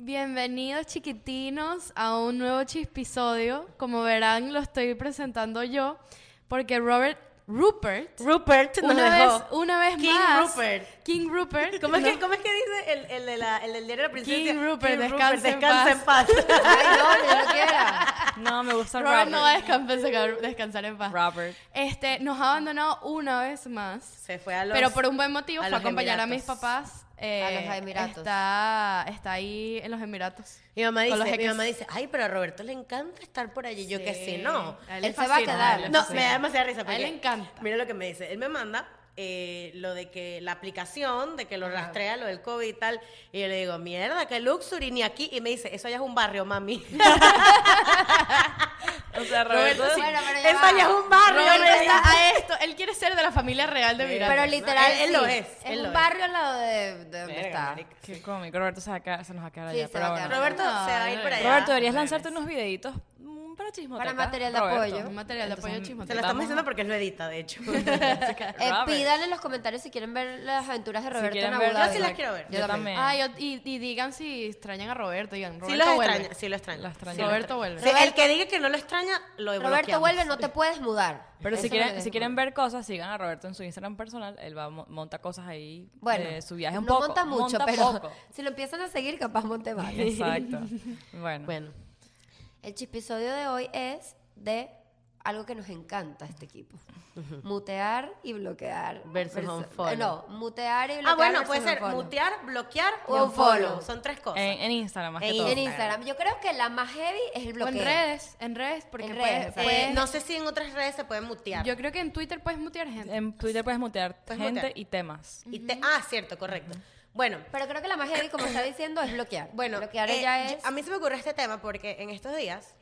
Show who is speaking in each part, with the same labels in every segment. Speaker 1: Bienvenidos chiquitinos a un nuevo chispisodio. Como verán, lo estoy presentando yo porque Robert Rupert
Speaker 2: Rupert nos
Speaker 1: una
Speaker 2: dejó.
Speaker 1: vez una vez
Speaker 2: King
Speaker 1: más
Speaker 2: Rupert.
Speaker 1: King Rupert
Speaker 2: ¿Cómo, es
Speaker 1: no-
Speaker 2: que, cómo es que dice el, el, de la- el del diario de la princesa?
Speaker 1: King Rupert, descansa en
Speaker 2: descansa en paz.
Speaker 3: Ay, no, ni lo quiera. No, me gusta
Speaker 1: Robert
Speaker 3: Robert.
Speaker 1: no va a descansar, descansar en paz.
Speaker 3: Robert.
Speaker 1: Este, nos ha abandonado una vez más.
Speaker 2: Se fue a los...
Speaker 1: pero por un buen motivo
Speaker 2: a
Speaker 1: fue a
Speaker 2: los
Speaker 1: acompañar a mis
Speaker 2: Emiratos.
Speaker 1: papás. eh,
Speaker 3: A los Emiratos.
Speaker 1: Está, está ahí en los Emiratos.
Speaker 2: Mi mamá
Speaker 1: con los
Speaker 2: dice, mi
Speaker 1: ex.
Speaker 2: mamá dice, ay, pero a Roberto le encanta estar por allí. Yo que sí, no.
Speaker 1: Eh, A él le
Speaker 3: Él se va a
Speaker 1: fascina,
Speaker 3: quedar.
Speaker 1: él le
Speaker 2: No,
Speaker 1: fascina.
Speaker 2: me da demasiada risa.
Speaker 1: A él le
Speaker 2: porque
Speaker 1: encanta.
Speaker 2: Mira lo que me dice. Él me manda eh, lo de que la aplicación, de que lo rastrea, lo del COVID y tal. Y yo le digo, mierda, qué luxury, ni aquí. Y me dice, eso allá es un barrio, mami.
Speaker 3: O sea,
Speaker 2: Roberto,
Speaker 3: Roberto.
Speaker 2: sí,
Speaker 3: sí.
Speaker 4: Bueno, pero ya
Speaker 2: eso
Speaker 4: va.
Speaker 2: allá es un barrio.
Speaker 1: Roberto
Speaker 2: me dice.
Speaker 1: está a esto. Él quiere ser de la familia real de Miranda.
Speaker 4: Pero literal.
Speaker 2: Él- él
Speaker 4: sí.
Speaker 2: lo es, él
Speaker 4: Es
Speaker 2: lo
Speaker 4: un
Speaker 2: es.
Speaker 4: barrio al lado de, de donde
Speaker 2: Verga,
Speaker 4: está.
Speaker 2: marica.
Speaker 3: Qué cómico. Roberto se, va a quedar- se nos va a quedar
Speaker 4: Sí,
Speaker 3: allá.
Speaker 4: se
Speaker 3: pero
Speaker 4: va a
Speaker 3: bueno.
Speaker 4: quedar.
Speaker 2: Roberto
Speaker 1: No,
Speaker 2: se va a ir
Speaker 1: no,
Speaker 2: por allá.
Speaker 3: Roberto, deberías lanzarte unos videitos mm, para chismoteca.
Speaker 4: Para material de
Speaker 3: Roberto.
Speaker 4: apoyo.
Speaker 1: Un material de apoyo chismoso.
Speaker 2: Se lo estamos diciendo porque él lo edita, de hecho.
Speaker 4: Eh,
Speaker 3: Robert.
Speaker 4: pidan en los comentarios si quieren ver las aventuras de Roberto en
Speaker 3: quieren
Speaker 4: Abu
Speaker 3: verlo,
Speaker 4: Dhabi.
Speaker 2: Yo sí las quiero ver.
Speaker 3: Yo, también.
Speaker 1: Ay, yo- y, y digan si extrañan a Roberto. Digan, Roberto
Speaker 2: Sí los
Speaker 1: vuelve.
Speaker 2: extraña, sí lo extraño.
Speaker 3: Lo extraño.
Speaker 2: Sí, lo
Speaker 1: Roberto
Speaker 2: extraño.
Speaker 1: vuelve.
Speaker 2: Sí, el que diga que no lo extraña, lo
Speaker 4: Roberto
Speaker 2: bloqueamos.
Speaker 4: vuelve, no te puedes mudar.
Speaker 3: Pero si
Speaker 4: Eso
Speaker 3: quieren,
Speaker 4: es-
Speaker 3: si quieren ver cosas, sigan a Roberto en su Instagram personal. Él va mo- monta cosas ahí
Speaker 4: Bueno,
Speaker 3: de eh, su viaje un
Speaker 4: no
Speaker 3: poco.
Speaker 4: monta mucho, pero
Speaker 3: poco.
Speaker 4: si lo empiezan a seguir, capaz monte más.
Speaker 3: Exacto. Bueno.
Speaker 2: Bueno, Ah,
Speaker 4: El chipisodio de hoy es de algo que nos encanta a este equipo. Mutear y bloquear.
Speaker 2: Versus unfollow.
Speaker 4: eh, No, mutear y bloquear
Speaker 2: Ah, bueno,
Speaker 4: versus
Speaker 2: puede ser
Speaker 4: unfollow.
Speaker 2: mutear, bloquear
Speaker 4: Y
Speaker 2: o
Speaker 4: unfollow.
Speaker 2: unfollow. Son tres cosas.
Speaker 3: en, en Instagram más
Speaker 2: En-
Speaker 3: que todo.
Speaker 4: En Instagram. Yo creo que la más heavy es el
Speaker 1: O
Speaker 4: bloqueo.
Speaker 1: en redes. En redes. Porque
Speaker 4: En
Speaker 1: puedes-
Speaker 4: redes,
Speaker 2: Eh,
Speaker 1: puedes-
Speaker 2: no sé si en otras redes se pueden mutear.
Speaker 1: pues- yo creo que en Twitter puedes mutear gente.
Speaker 3: En Twitter puedes mutear
Speaker 2: Puedes
Speaker 3: gente
Speaker 2: mutear.
Speaker 3: y temas.
Speaker 2: Y te- ah, cierto, correcto. Bueno,
Speaker 4: Pero creo que la más heavy, como está diciendo, es bloquear.
Speaker 2: bueno
Speaker 4: bloquear
Speaker 2: eh,
Speaker 4: ya
Speaker 2: yo-
Speaker 4: es.
Speaker 2: a mí se me ocurrió este tema porque en estos días,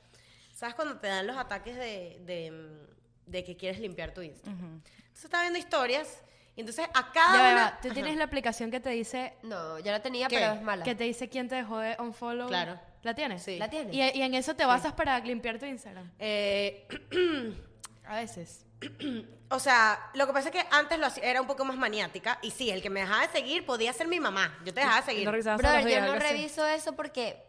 Speaker 2: ¿sabes cuando te dan los ataques de, de, de que quieres limpiar tu Instagram? Entonces estaba viendo historias y entonces a cada
Speaker 1: Ya va, ya
Speaker 2: una-
Speaker 1: va. Tú
Speaker 2: Ajá.
Speaker 1: tienes la aplicación que te dice
Speaker 4: No, yo la tenía,
Speaker 2: ¿Qué?
Speaker 4: pero es mala.
Speaker 1: que te dice quién te dejó de unfollow.
Speaker 2: Claro.
Speaker 1: ¿La tienes?
Speaker 2: Sí.
Speaker 4: ¿La tienes?
Speaker 1: Y, y en eso te basas para limpiar tu Instagram.
Speaker 2: Eh,
Speaker 1: A veces.
Speaker 2: O sea, lo que pasa es que antes lo hacía- era un poco más maniática. Y sí, el que me dejaba de seguir podía ser mi mamá. Yo te dejaba de
Speaker 3: Lo
Speaker 2: seguir.
Speaker 3: revisabas todos
Speaker 4: Brother,
Speaker 3: los días,
Speaker 4: yo no
Speaker 3: algo así.
Speaker 4: reviso eso porque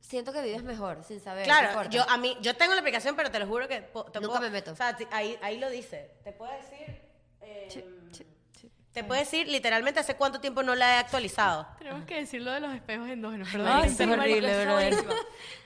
Speaker 4: siento que vives mejor sin saber. no
Speaker 2: Claro,
Speaker 4: importa.
Speaker 2: yo a mí, yo tengo la aplicación, pero te lo juro que po- te
Speaker 4: Nunca
Speaker 2: puedo-
Speaker 4: me meto.
Speaker 2: O sea, ti- ahí, ahí lo dice. Te puedo decir. eh, Te puedo decir literalmente hace cuánto tiempo no la he actualizado.
Speaker 1: Tenemos que decir lo de los espejos endógenos. Este
Speaker 3: Ay,
Speaker 1: Perdón.
Speaker 3: sí,
Speaker 1: Sí,
Speaker 3: marico,
Speaker 1: marico,
Speaker 3: está
Speaker 1: está
Speaker 3: buenísimo.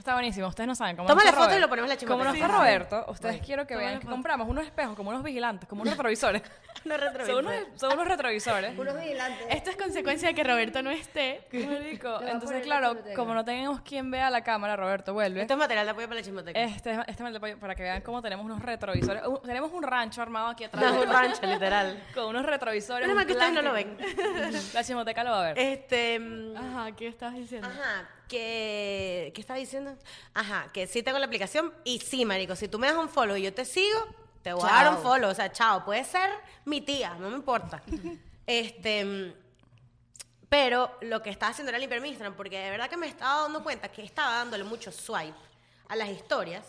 Speaker 3: Está buenísimo. Ustedes no saben cómo
Speaker 2: Toma
Speaker 3: nos
Speaker 2: la
Speaker 3: fue
Speaker 2: foto y lo ponemos en la
Speaker 3: Como nos
Speaker 2: chimoltrufia.
Speaker 3: fue Roberto, ustedes quiero que
Speaker 1: toma la
Speaker 3: vean que
Speaker 1: foto.
Speaker 3: compramos unos espejos como unos vigilantes, como unos retrovisores.
Speaker 2: No retrovisé.
Speaker 3: son, unos, son unos retrovisores.
Speaker 4: Unos
Speaker 2: Mm.
Speaker 4: vigilantes.
Speaker 1: Esto es consecuencia de que Roberto no esté.
Speaker 3: Marico,
Speaker 4: a poner
Speaker 3: Entonces,
Speaker 4: en la
Speaker 3: claro,
Speaker 4: chimoteca.
Speaker 3: como no tenemos quien vea la cámara, Roberto vuelve.
Speaker 2: Esto Este es material de apoyo para la chismoteca.
Speaker 3: Este, este me lo apoyo para que vean cómo tenemos unos retrovisores. Un- tenemos un rancho armado aquí atrás.
Speaker 2: No, es un rancho, literal.
Speaker 3: Con unos retrovisores.
Speaker 2: Menos mal
Speaker 3: un
Speaker 2: que ustedes no lo
Speaker 3: plástico. La chimoteca lo va a ver.
Speaker 2: Este. mm,
Speaker 1: Ajá, ¿qué estás diciendo?
Speaker 2: Ajá, que. ¿Qué estaba diciendo? Ajá, que sí tengo la aplicación. Y sí, marico, si tú me das un follow y yo te sigo, te voy a dar
Speaker 4: Chao.
Speaker 2: un follow. O sea, chao, puede ser mi tía, no me importa. este. mm, Pero lo que estaba haciendo era limpiar mi Instagram, porque de verdad que me estaba dando cuenta que estaba dándole mucho swipe a las historias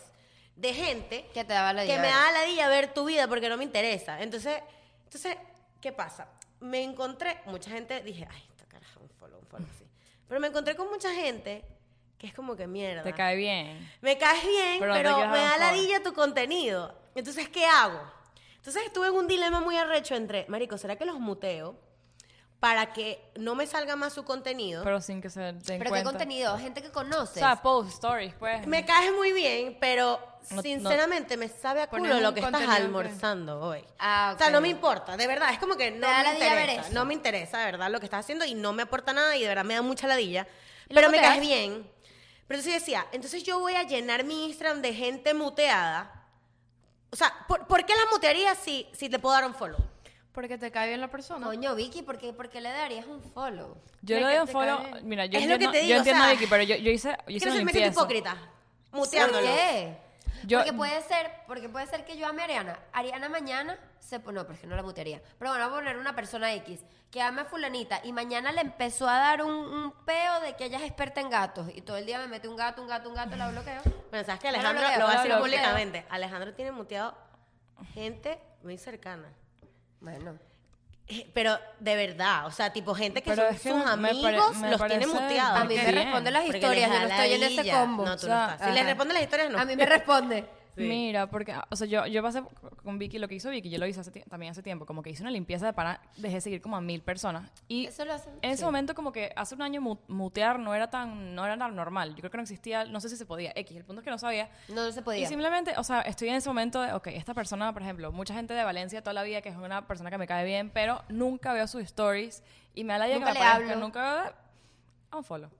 Speaker 2: de gente
Speaker 4: Que te daba la
Speaker 2: que
Speaker 4: idea.
Speaker 2: me da ladilla ver tu vida porque no me interesa. Entonces, entonces, ¿qué pasa? Me encontré, mucha gente, dije, ay, esta caraja, un follow, un follow, así. Pero me encontré con mucha gente que es como que mierda.
Speaker 3: Te cae bien.
Speaker 2: Me caes bien,
Speaker 3: Pero
Speaker 2: pero,
Speaker 3: no te quieres
Speaker 2: me
Speaker 3: dar un
Speaker 2: da
Speaker 3: follow.
Speaker 2: ladilla tu contenido. Entonces, ¿qué hago? Entonces estuve en un dilema muy arrecho entre, marico, ¿será que los muteo para que no me salga más su contenido?
Speaker 3: Pero sin que se den
Speaker 4: Pero qué
Speaker 3: cuenta.
Speaker 4: contenido, gente que
Speaker 3: O
Speaker 4: conoces.
Speaker 3: sea, post stories, pues.
Speaker 2: Me caes muy bien, pero
Speaker 3: No- no-
Speaker 2: sinceramente me sabe a
Speaker 1: Pones
Speaker 2: culo lo
Speaker 1: un
Speaker 2: que estás
Speaker 1: contenido que-
Speaker 2: almorzando hoy.
Speaker 4: Ah,
Speaker 2: O sea,
Speaker 4: ok.
Speaker 2: no me importa, de verdad, es como que no
Speaker 4: da
Speaker 2: me
Speaker 4: ladilla ver
Speaker 2: interesa,
Speaker 4: eso.
Speaker 2: no me interesa, de verdad, lo que estás haciendo y no me aporta nada y de verdad me da mucha ladilla,
Speaker 3: ¿Y lo
Speaker 2: pero me
Speaker 3: muteas?
Speaker 2: caes bien. Pero entonces yo decía, entonces yo voy a llenar mi Instagram de gente muteada. O sea, ¿por, por qué la mutearía si, si te puedo dar un follow?
Speaker 1: Porque te cae bien la persona.
Speaker 4: Coño, Vicky, ¿por qué, por qué le darías un follow?
Speaker 3: Yo
Speaker 1: Me
Speaker 3: le
Speaker 1: que
Speaker 3: doy un
Speaker 1: te
Speaker 3: follow.
Speaker 1: cae bien.
Speaker 3: Mira, yo,
Speaker 2: Es lo que
Speaker 3: entiendo-
Speaker 2: te
Speaker 3: yo
Speaker 2: digo, o
Speaker 3: entiendo a
Speaker 2: sea,
Speaker 3: Vicky, pero yo, yo hice, yo hice
Speaker 2: Quiero
Speaker 3: una
Speaker 2: ser me siento
Speaker 3: limpieza.
Speaker 2: hipócrita,
Speaker 4: ¿Por
Speaker 2: muteándolo.
Speaker 4: qué?
Speaker 3: Yo-
Speaker 4: porque puede ser, porque puede ser que yo ame a Ariana. Ariana mañana se po- no, porque no la mutearía. Pero bueno, vamos a poner una persona X que ama a fulanita y mañana le empezó a dar un, un peo de que ella es experta en gatos y todo el día me mete un gato, un gato, un gato, la bloqueo.
Speaker 2: Bueno, sabes que
Speaker 4: No lo
Speaker 2: Alejandro,
Speaker 4: bloqueo,
Speaker 2: lo voy a
Speaker 4: no
Speaker 2: decir
Speaker 4: lo bloqueo.
Speaker 2: públicamente, Alejandro tiene muteado gente muy cercana.
Speaker 4: Bueno,
Speaker 2: Eh, Pero de verdad, o sea, tipo gente que
Speaker 3: Pero
Speaker 2: son
Speaker 3: es que
Speaker 2: sus
Speaker 3: me- me pare-
Speaker 2: amigos
Speaker 3: me
Speaker 2: los
Speaker 3: parece-
Speaker 2: tiene muteados.
Speaker 4: A mí me
Speaker 3: Bien,
Speaker 4: responde las
Speaker 2: Ah, Porque les
Speaker 4: historias, yo no
Speaker 2: da
Speaker 4: estoy en ese
Speaker 2: ladilla.
Speaker 4: combo.
Speaker 2: No, tú
Speaker 3: O sea,
Speaker 2: no estás. Si les
Speaker 4: ajá.
Speaker 2: responde las historias, no.
Speaker 4: A mí me responde.
Speaker 2: Sí.
Speaker 3: Mira, porque, ah, o sea, yo, yo pasé con Vicky, lo que hizo Vicky, yo lo hice hace tie- también hace tiempo, como que hice una limpieza de para, dejé seguir como a mil personas. Y
Speaker 4: Eso lo hacen,
Speaker 3: en ese
Speaker 4: sí.
Speaker 3: momento, como que hace un año mu- mutear no era tan, no era tan normal. Yo creo que no existía, no sé si se podía, X, el punto es que no sabía.
Speaker 4: No, no se podía.
Speaker 3: Y simplemente, o sea, estoy en ese momento de, ok, esta persona, por ejemplo, mucha gente de Valencia toda la vida que es una persona que me cae bien, pero nunca veo sus stories y me da la idea que
Speaker 4: Nunca
Speaker 3: me
Speaker 4: le
Speaker 3: aparezca,
Speaker 4: hablo.
Speaker 3: nunca ah, un follow.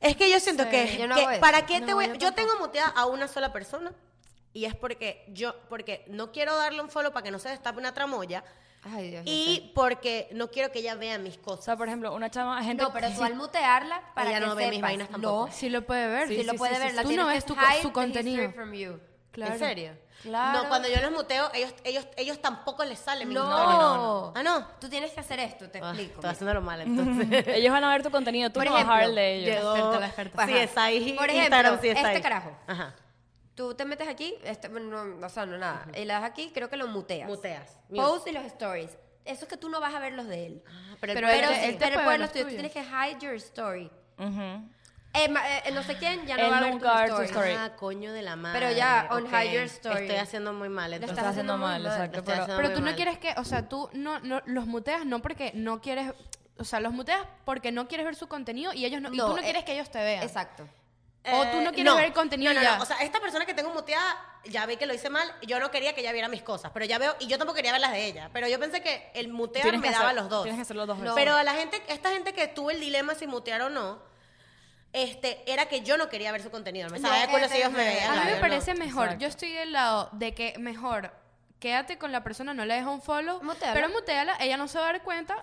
Speaker 2: Es que yo siento que,
Speaker 4: yo no
Speaker 2: que
Speaker 4: hago eso.
Speaker 2: para qué te
Speaker 3: No,
Speaker 2: voy,
Speaker 3: yo
Speaker 2: yo, tengo muteada a una sola persona y es porque yo porque no quiero darle un follow para que no se destape una tramoya
Speaker 4: Ay, Dios no sé.
Speaker 2: y porque no quiero que ella vea mis
Speaker 3: O
Speaker 2: cosas.
Speaker 3: sea, por ejemplo, una chama, gente
Speaker 4: No, pero
Speaker 3: que-
Speaker 4: tú al mutearla, para
Speaker 2: Ella
Speaker 4: que
Speaker 2: no ve mis
Speaker 4: sepas,
Speaker 2: vainas tampoco.
Speaker 4: No,
Speaker 1: Sí lo puede ver.
Speaker 4: sí, lo puede
Speaker 3: sí,
Speaker 4: ver.
Speaker 3: sí.
Speaker 4: la
Speaker 1: Tú
Speaker 4: tienes
Speaker 1: no
Speaker 4: que
Speaker 1: ves tu-
Speaker 4: hide
Speaker 1: su
Speaker 4: the
Speaker 1: contenido.
Speaker 4: history from you.
Speaker 1: Claro.
Speaker 2: ¿En serio?
Speaker 4: Claro.
Speaker 2: No, cuando yo los muteo, ellos, ellos, ellos tampoco les sale mi
Speaker 4: No.
Speaker 2: historia. Ah, no.
Speaker 4: Tú tienes que hacer esto, te
Speaker 2: Ah,
Speaker 4: explico.
Speaker 2: estoy haciéndolo mal entonces.
Speaker 3: ellos van a ver tu contenido, tú
Speaker 4: Por
Speaker 3: no vas a ver el
Speaker 4: ejemplo,
Speaker 3: de ellos.
Speaker 2: Llegó
Speaker 4: experta, la experta.
Speaker 2: Sí,
Speaker 4: Ajá.
Speaker 2: es ahí.
Speaker 4: Por
Speaker 2: Instagram,
Speaker 4: ejemplo,
Speaker 2: CSI.
Speaker 4: este carajo.
Speaker 2: Ajá.
Speaker 4: Tú te metes aquí, este, bueno, no, o sea, no nada. Y le das aquí, creo que lo muteas.
Speaker 2: Muteas.
Speaker 4: Post y los stories. Eso es que tú no vas a ver los de él.
Speaker 2: Ah, Pero,
Speaker 1: Pero este-
Speaker 4: Pero,
Speaker 1: él
Speaker 2: el-
Speaker 4: él,
Speaker 1: te- él te
Speaker 4: pero
Speaker 1: puede
Speaker 4: puede
Speaker 1: ver
Speaker 4: los
Speaker 1: los
Speaker 4: tuyos. Tú
Speaker 1: tuyos.
Speaker 4: tienes que hide your story.
Speaker 3: Ujú.
Speaker 4: Eh, ma- eh, no sé quién ya no
Speaker 3: Él
Speaker 4: va a ver
Speaker 3: nunca va a ver tu
Speaker 4: tu story.
Speaker 3: story.
Speaker 2: Ah, coño de la madre.
Speaker 4: Pero ya, on
Speaker 2: ok.
Speaker 4: higher story.
Speaker 2: Estoy haciendo muy mal, entonces.
Speaker 4: estás haciendo muy mal.
Speaker 3: exacto.
Speaker 2: Lo estás
Speaker 3: pero-
Speaker 2: haciendo
Speaker 1: Pero
Speaker 2: muy
Speaker 1: tú no
Speaker 2: mal.
Speaker 1: quieres que, o sea, tú no, no- los muteas no porque no quieres, o sea, los muteas porque no quieres ver su contenido y ellos no, y tú
Speaker 4: No,
Speaker 1: no
Speaker 4: eh,
Speaker 1: quieres que ellos te vean.
Speaker 4: Exacto.
Speaker 1: O tú no
Speaker 2: Eh,
Speaker 1: quieres ver el contenido
Speaker 2: no, no,
Speaker 1: ya.
Speaker 2: no. O sea, esta persona que tengo muteada, ya vi que lo hice mal. Yo no quería que ella viera mis cosas, pero ya veo, y yo tampoco quería ver las de ella. Pero yo pensé que el mutear
Speaker 3: Tienes
Speaker 2: me
Speaker 3: que
Speaker 2: daba
Speaker 3: hacer-
Speaker 2: los dos.
Speaker 3: tienes que hacerlo dos
Speaker 4: No. veces.
Speaker 2: Pero la gente, esta gente que tuvo el dilema si mutear o no, este, era que yo no quería ver su contenido. Me
Speaker 4: No,
Speaker 2: sabía culo
Speaker 4: eh,
Speaker 2: si ellos me
Speaker 4: eh,
Speaker 2: veían.
Speaker 1: A mí
Speaker 2: yo
Speaker 1: me
Speaker 2: no.
Speaker 1: parece mejor.
Speaker 3: Exacto.
Speaker 1: Yo estoy del lado de que mejor quédate con la persona, no le dejas un follow,
Speaker 4: Muteala.
Speaker 1: pero muteala, ella no se va a dar cuenta.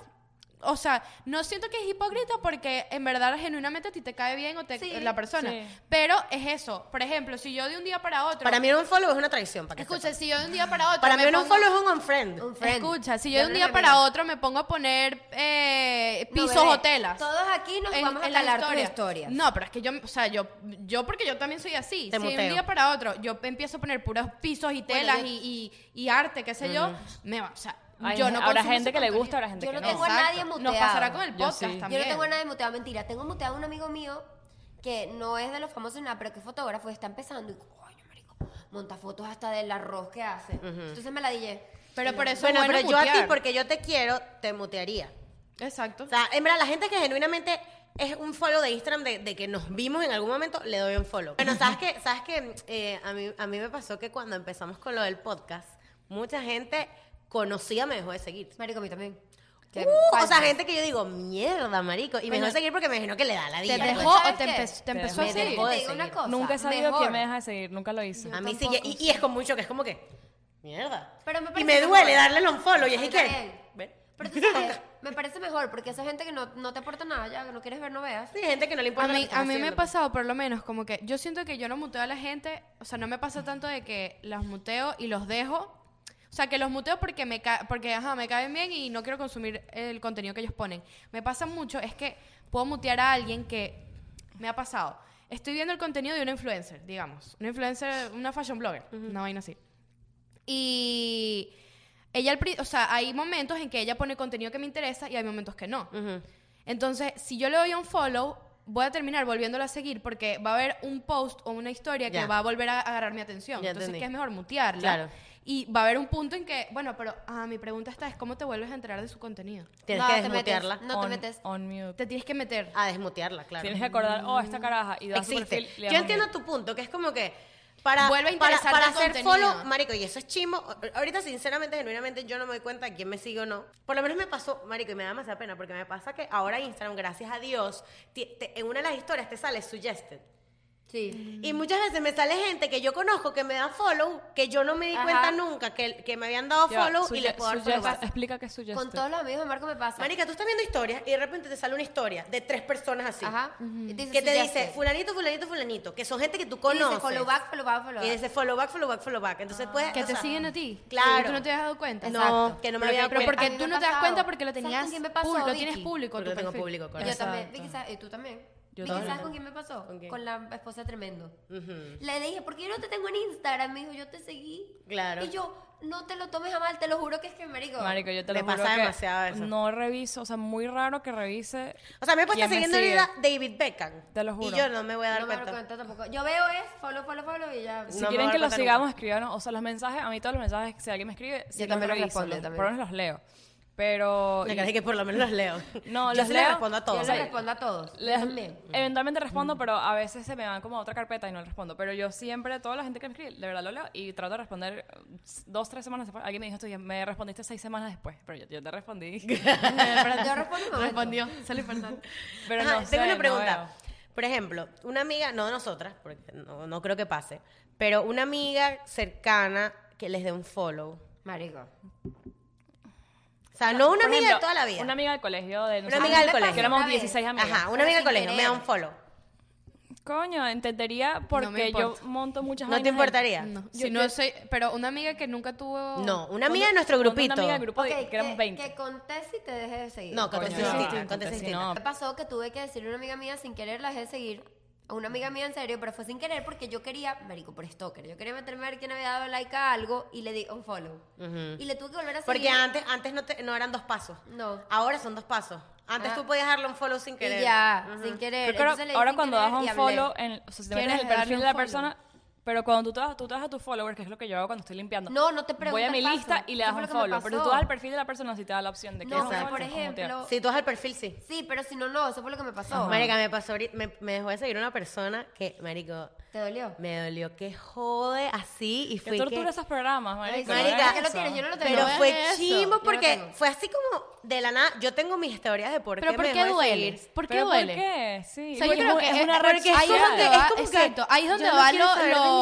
Speaker 1: O sea, no siento que es hipócrita porque en verdad genuinamente a ti te cae bien o te,
Speaker 4: Sí,
Speaker 1: la persona.
Speaker 3: sí.
Speaker 1: Pero es eso. Por ejemplo, si yo de un día para otro.
Speaker 2: Para mí no un follow es una traición. Para que
Speaker 1: escucha, si yo de un día para otro.
Speaker 2: sepa. para
Speaker 1: me
Speaker 2: mí no un
Speaker 1: pongo-
Speaker 2: follow es un unfriend.
Speaker 4: Un friend.
Speaker 1: Escucha, si yo de un
Speaker 4: Llamen
Speaker 1: día
Speaker 4: a
Speaker 1: para
Speaker 4: mí.
Speaker 1: otro me pongo a poner eh,
Speaker 4: No,
Speaker 1: pisos
Speaker 4: bebé,
Speaker 1: o telas.
Speaker 4: Todos aquí nos vamos a
Speaker 1: la
Speaker 4: calar
Speaker 1: historia.
Speaker 4: tu historia.
Speaker 1: No, pero es que yo, o sea, yo, yo porque yo también soy así.
Speaker 2: Te
Speaker 1: si de
Speaker 2: muteo.
Speaker 1: un día para otro yo empiezo a poner puros pisos y telas
Speaker 2: yo-
Speaker 1: y, y- y arte, qué sé yo, me va, o sea,
Speaker 3: Hay-
Speaker 1: yo no
Speaker 3: habrá
Speaker 1: consumo
Speaker 3: gente
Speaker 1: ese
Speaker 3: que le
Speaker 1: contenido.
Speaker 3: gusta, habrá gente
Speaker 4: Yo
Speaker 3: que
Speaker 4: no
Speaker 3: no.
Speaker 4: tengo a nadie
Speaker 1: Nos
Speaker 4: muteado.
Speaker 1: pasará con el
Speaker 3: Yo
Speaker 1: podcast
Speaker 3: sí. Yo no
Speaker 1: también.
Speaker 4: Yo no tengo a nadie muteado, mentira. Tengo muteado a un amigo mío que no es de los famosos ni nada, pero que es fotógrafo y está empezando. Y, coño, marico, monta fotos hasta del arroz que hace. Entonces me la dije.
Speaker 1: Pero por eso
Speaker 2: Bueno,
Speaker 1: es bueno
Speaker 2: pero yo a ti,
Speaker 1: mutear.
Speaker 2: porque yo te quiero, te mutearía.
Speaker 1: Exacto.
Speaker 2: O sea, en verdad, la gente que genuinamente es un follow de Instagram de, de que nos vimos en algún momento, le doy un follow. Bueno, ¿sabes qué? ¿Sabes qué? Eh, a, mí, a mí me pasó que cuando empezamos con lo del podcast, mucha gente conocida me dejó de seguir.
Speaker 4: Marico, a mí también.
Speaker 2: Uh,
Speaker 4: Que
Speaker 2: o sea,
Speaker 4: falta.
Speaker 2: gente que yo digo, mierda, marico. Y me dejó de seguir porque me imagino que le da la
Speaker 1: ¿Te
Speaker 2: vida.
Speaker 1: dejó
Speaker 4: pues,
Speaker 1: o
Speaker 4: ¿sabes
Speaker 1: te,
Speaker 4: qué?
Speaker 1: empezó- te
Speaker 3: Te
Speaker 1: empezó
Speaker 3: dejó.
Speaker 1: a
Speaker 4: Me
Speaker 1: seguir?
Speaker 4: dejó de
Speaker 2: Te digo una
Speaker 4: seguir.
Speaker 2: cosa,
Speaker 3: Nunca he sabido
Speaker 4: Mejor.
Speaker 3: quién me deja de seguir, nunca lo hice.
Speaker 2: pues. A mí sí,
Speaker 4: tampoco,
Speaker 2: y, y es con mucho que es como que, mierda.
Speaker 4: Pero me
Speaker 2: y
Speaker 4: parece
Speaker 2: me duele
Speaker 4: mejor.
Speaker 2: darle un follow. Y
Speaker 4: A
Speaker 2: es
Speaker 4: mí
Speaker 2: y que.
Speaker 4: también.
Speaker 2: ¿Ven?
Speaker 4: Pero tú sabes, me parece mejor porque esa gente que no, no te aporta nada ya, que no quieres ver, no veas.
Speaker 2: Sí, gente que no
Speaker 1: A
Speaker 2: le importa. lo que
Speaker 1: mí,
Speaker 2: estás
Speaker 1: a mí me ha
Speaker 2: haciendo.
Speaker 1: pasado, por lo menos, como que yo siento que yo no muteo a la gente, o sea, no me pasa tanto de que los muteo y los dejo. O sea, que los muteo porque me, ca- porque, ajá, me caen bien y no quiero consumir el contenido que ellos ponen. Me pasa mucho, es que puedo mutear a alguien que me ha pasado. Estoy viendo el contenido de una influencer, digamos. Una influencer, una fashion blogger, una vaina así. Y ella, al pri- o sea, hay momentos en que ella pone contenido que me interesa y hay momentos que no.
Speaker 2: Ujú.
Speaker 1: Entonces, si yo le doy un follow, voy a terminar volviéndolo a seguir porque va a haber un post o una historia que
Speaker 2: Ya.
Speaker 1: va a volver a agarrar mi atención.
Speaker 2: Ya
Speaker 1: Entonces,
Speaker 2: entendí.
Speaker 1: que es mejor mutearla.
Speaker 2: Claro.
Speaker 1: Y va a haber un punto en que, bueno, pero ah, mi pregunta está es cómo te vuelves a enterar de su contenido.
Speaker 2: Tienes
Speaker 4: No
Speaker 2: que
Speaker 4: te metes,
Speaker 2: desmutearla.
Speaker 4: No te
Speaker 3: On-
Speaker 4: metes.
Speaker 3: On mute.
Speaker 1: Te tienes que meter.
Speaker 2: A desmutearla, claro.
Speaker 3: Tienes que acordar, oh, esta caraja, y das su perfil.
Speaker 2: Mm. existe.
Speaker 3: le das
Speaker 2: Yo
Speaker 3: un
Speaker 2: entiendo
Speaker 3: mute.
Speaker 2: tu punto, que es como que para,
Speaker 1: Vuelve a
Speaker 2: para,
Speaker 1: interesarte
Speaker 2: para
Speaker 1: el
Speaker 2: hacer
Speaker 1: contenido.
Speaker 2: follow, marico, y eso es chimo. Ahorita, sinceramente, genuinamente, yo no me doy cuenta de quién me sigue o no. Por lo menos me pasó, marico, y me da demasiada pena, porque me pasa que ahora Instagram, gracias a Dios, ti- te- en una de las historias te sale suggested.
Speaker 4: Sí.
Speaker 2: Y muchas veces me sale gente que yo conozco que me da follow, que yo no me di
Speaker 4: Ajá.
Speaker 2: cuenta nunca que, que me habían dado
Speaker 3: Ya,
Speaker 2: follow y
Speaker 3: suge-
Speaker 2: les puedo dar
Speaker 3: suggest-
Speaker 2: follow. back.
Speaker 3: Explica qué es suggest.
Speaker 4: Con todos los amigos de Marco me pasa.
Speaker 2: Marica, tú estás viendo historias y de repente te sale una historia de tres personas así.
Speaker 4: Ajá. Y dice,
Speaker 2: Que te
Speaker 4: "Sí, ya
Speaker 2: dice
Speaker 4: sé".
Speaker 2: fulanito, fulanito, fulanito, que son gente que tú
Speaker 4: Y
Speaker 2: conoces.
Speaker 4: dice follow back, follow back, follow
Speaker 2: Y
Speaker 4: back.
Speaker 2: dice follow back, follow back, follow back. Entonces puedes.
Speaker 1: Que
Speaker 2: Ah, o
Speaker 1: te
Speaker 2: sea,
Speaker 1: siguen a ti.
Speaker 2: Claro.
Speaker 1: Tú no te has dado cuenta.
Speaker 4: Exacto.
Speaker 2: No, que no me
Speaker 1: Pero,
Speaker 2: había
Speaker 1: pero
Speaker 2: dado
Speaker 1: porque
Speaker 4: A mí
Speaker 1: tú
Speaker 4: me
Speaker 1: no
Speaker 4: ha
Speaker 1: te das
Speaker 4: pasado.
Speaker 1: cuenta porque lo
Speaker 4: ¿Sabes
Speaker 1: tenías
Speaker 4: con quién me pasó,
Speaker 1: público, lo
Speaker 4: Vicky?
Speaker 1: tienes público
Speaker 2: Porque
Speaker 1: tu
Speaker 2: tengo
Speaker 1: perfil.
Speaker 2: público,
Speaker 4: Yo
Speaker 2: correcto.
Speaker 4: también.
Speaker 3: Exacto.
Speaker 4: Vicky, ¿sabes? ¿Y tú también?
Speaker 3: Yo
Speaker 4: Vicky,
Speaker 3: también.
Speaker 4: ¿sabes con quién me pasó?
Speaker 2: ¿Con quién?
Speaker 4: Con la esposa de tremendo.
Speaker 2: Ujú.
Speaker 4: Le dije, ¿por qué yo no te tengo en Instagram? Me dijo, yo te seguí.
Speaker 2: Claro.
Speaker 4: Y yo, no te lo tomes a mal, te lo juro que es que, marico.
Speaker 3: Marico, yo te lo
Speaker 2: Me
Speaker 3: juro
Speaker 2: pasa
Speaker 3: que
Speaker 2: demasiado eso.
Speaker 3: no reviso, o sea, muy raro que revise.
Speaker 2: O sea, me he puesto
Speaker 3: quién
Speaker 2: siguiendo
Speaker 3: sigue.
Speaker 2: ahorita David Beckham.
Speaker 3: Te lo juro.
Speaker 2: Y yo no me voy a dar
Speaker 4: no me
Speaker 2: cuenta.
Speaker 4: doy cuenta tampoco. Yo veo es follow, follow, follow y ya.
Speaker 3: Si
Speaker 2: No me voy
Speaker 3: quieren
Speaker 2: a
Speaker 3: que
Speaker 2: dar
Speaker 3: lo
Speaker 2: cuenta
Speaker 3: sigamos, escribanos. O sea, los mensajes, a mí todos los mensajes, si alguien me escribe, sí
Speaker 4: también los
Speaker 3: reviso,
Speaker 4: respondo,
Speaker 3: los-
Speaker 4: también.
Speaker 3: Por lo menos los leo. Pero.
Speaker 2: Me
Speaker 3: y-
Speaker 2: parece que por lo menos los leo.
Speaker 3: No,
Speaker 2: yo
Speaker 3: los
Speaker 2: sí
Speaker 3: leo,
Speaker 2: les respondo a
Speaker 4: Yo
Speaker 2: todos.
Speaker 4: le respondo a todos.
Speaker 3: Les-
Speaker 4: Yo también.
Speaker 3: Eventualmente respondo, pero a veces se me van como a otra carpeta y no les respondo. Pero yo siempre, toda la gente que me escribe, de verdad lo leo y trato de responder eh, dos, tres semanas después. Alguien me dijo, "Tú ya me respondiste seis semanas después, pero yo, yo te respondí.
Speaker 4: Pero yo respondo un momento.
Speaker 1: Respondió, sale importante.
Speaker 3: pero
Speaker 2: Ajá,
Speaker 3: no
Speaker 2: tengo
Speaker 3: sé,
Speaker 2: una
Speaker 3: no
Speaker 2: pregunta.
Speaker 3: veo.
Speaker 2: por ejemplo, una amiga, no de nosotras, porque no, no creo que pase, pero una amiga cercana que les dé un follow.
Speaker 4: Marico.
Speaker 2: O sea, no una
Speaker 3: Por
Speaker 2: amiga de
Speaker 3: ejemplo,
Speaker 2: toda la vida.
Speaker 3: Una amiga del colegio. De
Speaker 2: Una amiga del
Speaker 3: que
Speaker 2: colegio.
Speaker 3: éramos
Speaker 4: Una vez.
Speaker 3: 16 amigas.
Speaker 2: Ajá, una
Speaker 4: Pero
Speaker 2: amiga
Speaker 4: sin
Speaker 2: del colegio me da
Speaker 4: querer.
Speaker 2: un follow.
Speaker 3: Coño, entendería porque yo
Speaker 1: importa.
Speaker 3: monto muchas
Speaker 2: ¿No te
Speaker 3: vainas en-
Speaker 2: importaría?
Speaker 1: No,
Speaker 3: Yo-
Speaker 1: si no
Speaker 3: yo-
Speaker 1: soy, pero una amiga que nunca tuvo.
Speaker 2: No, una amiga de nuestro
Speaker 3: Monto
Speaker 2: grupito.
Speaker 3: Una amiga del grupo de-
Speaker 4: Ok,
Speaker 3: que éramos 20.
Speaker 4: Que conteste y te deje de seguir.
Speaker 2: No, que
Speaker 3: Coño,
Speaker 2: te
Speaker 3: no,
Speaker 2: distinta,
Speaker 3: contesté
Speaker 2: contesté
Speaker 3: no.
Speaker 2: distinta.
Speaker 4: Me pasó que tuve que decirle a una amiga mía sin querer, la dejé de seguir. A una amiga mía en serio, pero fue sin querer porque yo quería, marico, por stalker, yo quería meterme a ver quién había dado like a algo y le di un follow. Y le tuve que volver a seguir.
Speaker 2: Porque antes, antes no, te- no eran dos pasos.
Speaker 4: No.
Speaker 2: Ahora son dos pasos. Antes
Speaker 4: Ah.
Speaker 2: tú podías darle un follow sin querer.
Speaker 4: Y ya, sin querer.
Speaker 3: Creo que ahora-
Speaker 4: Eh, Entonces le di
Speaker 3: ahora
Speaker 4: sin
Speaker 3: cuando
Speaker 4: querer
Speaker 3: das un
Speaker 4: y hablé.
Speaker 3: follow, en, o sea, si te metes en
Speaker 1: ¿Quieres
Speaker 3: el
Speaker 1: darle
Speaker 3: perfil
Speaker 1: un
Speaker 3: de la
Speaker 1: follow?
Speaker 3: persona, pero cuando tú te, vas, tú te vas a tu follow, porque es lo que yo hago cuando estoy limpiando.
Speaker 4: No, no te
Speaker 3: Voy a
Speaker 4: preguntas
Speaker 3: mi
Speaker 4: paso.
Speaker 3: lista y le
Speaker 4: Eso
Speaker 3: das
Speaker 4: fue
Speaker 3: un
Speaker 4: lo que me
Speaker 3: follow. Pero si tú
Speaker 4: pasó.
Speaker 3: vas al perfil de la persona, si te da la opción de que
Speaker 4: No,
Speaker 3: es
Speaker 4: pero
Speaker 3: un
Speaker 4: por
Speaker 3: follow, como te-
Speaker 4: ejemplo,
Speaker 2: Si tú vas al perfil, sí.
Speaker 4: Sí, pero si no, no, eso fue lo que me pasó.
Speaker 2: Marica, me pasó ahorita- me, me dejó de seguir una persona que, marico,
Speaker 4: ¿Te dolió?
Speaker 2: me dolió que jode así y
Speaker 3: Qué
Speaker 2: fue
Speaker 3: tortura
Speaker 2: que...
Speaker 3: esos programas, marico.
Speaker 2: sí, marica,
Speaker 4: yo lo tienes, yo no lo tengo.
Speaker 2: Pero
Speaker 1: No
Speaker 2: fue
Speaker 1: hagas eso. Yo
Speaker 2: chimo
Speaker 1: no
Speaker 2: porque
Speaker 4: tengo.
Speaker 2: fue así como de la nada. Yo tengo mis historias de por
Speaker 1: Pero
Speaker 2: qué
Speaker 1: ¿por
Speaker 2: me
Speaker 1: qué
Speaker 2: dejó de
Speaker 1: duele?
Speaker 2: seguir.
Speaker 1: ¿Por qué
Speaker 3: ¿Pero
Speaker 1: duele?
Speaker 3: ¿Por qué? Sí.
Speaker 1: O sea,
Speaker 3: Porque
Speaker 1: yo creo
Speaker 3: es-
Speaker 1: que
Speaker 3: es
Speaker 1: es-
Speaker 3: una
Speaker 1: es
Speaker 3: red
Speaker 2: porque es
Speaker 1: ahí
Speaker 2: como
Speaker 3: social.
Speaker 1: donde
Speaker 2: que-
Speaker 1: va,
Speaker 2: es como que
Speaker 1: exacto, ahí es
Speaker 2: yo
Speaker 1: donde
Speaker 2: no
Speaker 1: va
Speaker 2: quiero
Speaker 1: lo,
Speaker 2: saber de
Speaker 1: lo-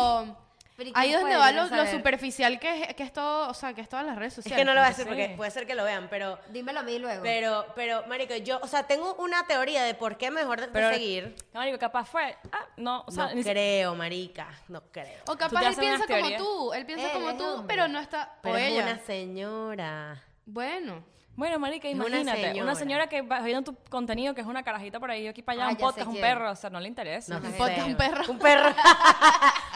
Speaker 4: Pero ¿y
Speaker 1: ahí
Speaker 4: quién
Speaker 1: es donde
Speaker 4: puede
Speaker 1: va
Speaker 4: no
Speaker 1: lo, lo
Speaker 4: saber?
Speaker 1: superficial que es, que es todo, o sea, que es todas las redes
Speaker 2: Es
Speaker 1: sociales.
Speaker 2: que no lo voy a decir
Speaker 3: Sí.
Speaker 2: porque puede ser que lo vean, pero...
Speaker 4: Dímelo a mí luego.
Speaker 2: Pero, pero, marico, yo, o sea, tengo una teoría de por qué mejor de, de
Speaker 3: Pero-
Speaker 2: seguir.
Speaker 3: No, marico, capaz fue. Ah, no, o sea,
Speaker 2: no
Speaker 3: ni si-
Speaker 2: creo, marica, no creo.
Speaker 1: O
Speaker 3: Tú te
Speaker 1: capaz él
Speaker 3: haces unas
Speaker 1: piensa como
Speaker 3: teorías.
Speaker 1: tú, él piensa
Speaker 4: Él
Speaker 1: como
Speaker 4: es
Speaker 1: tú,
Speaker 4: hombre.
Speaker 1: pero no está
Speaker 2: Pero
Speaker 1: o
Speaker 2: es
Speaker 1: ella.
Speaker 2: una señora.
Speaker 1: Bueno,
Speaker 3: Bueno, marica,
Speaker 2: Es una
Speaker 3: imagínate. Una
Speaker 2: señora.
Speaker 3: señora que va viendo tu contenido, que es una carajita por ahí, yo aquí para allá,
Speaker 4: Ah,
Speaker 3: un
Speaker 4: ya sé
Speaker 3: podcast, un
Speaker 4: quién.
Speaker 3: perro, o sea, no le interesa.
Speaker 2: No sé.
Speaker 1: podcast, un perro.
Speaker 2: Un perro.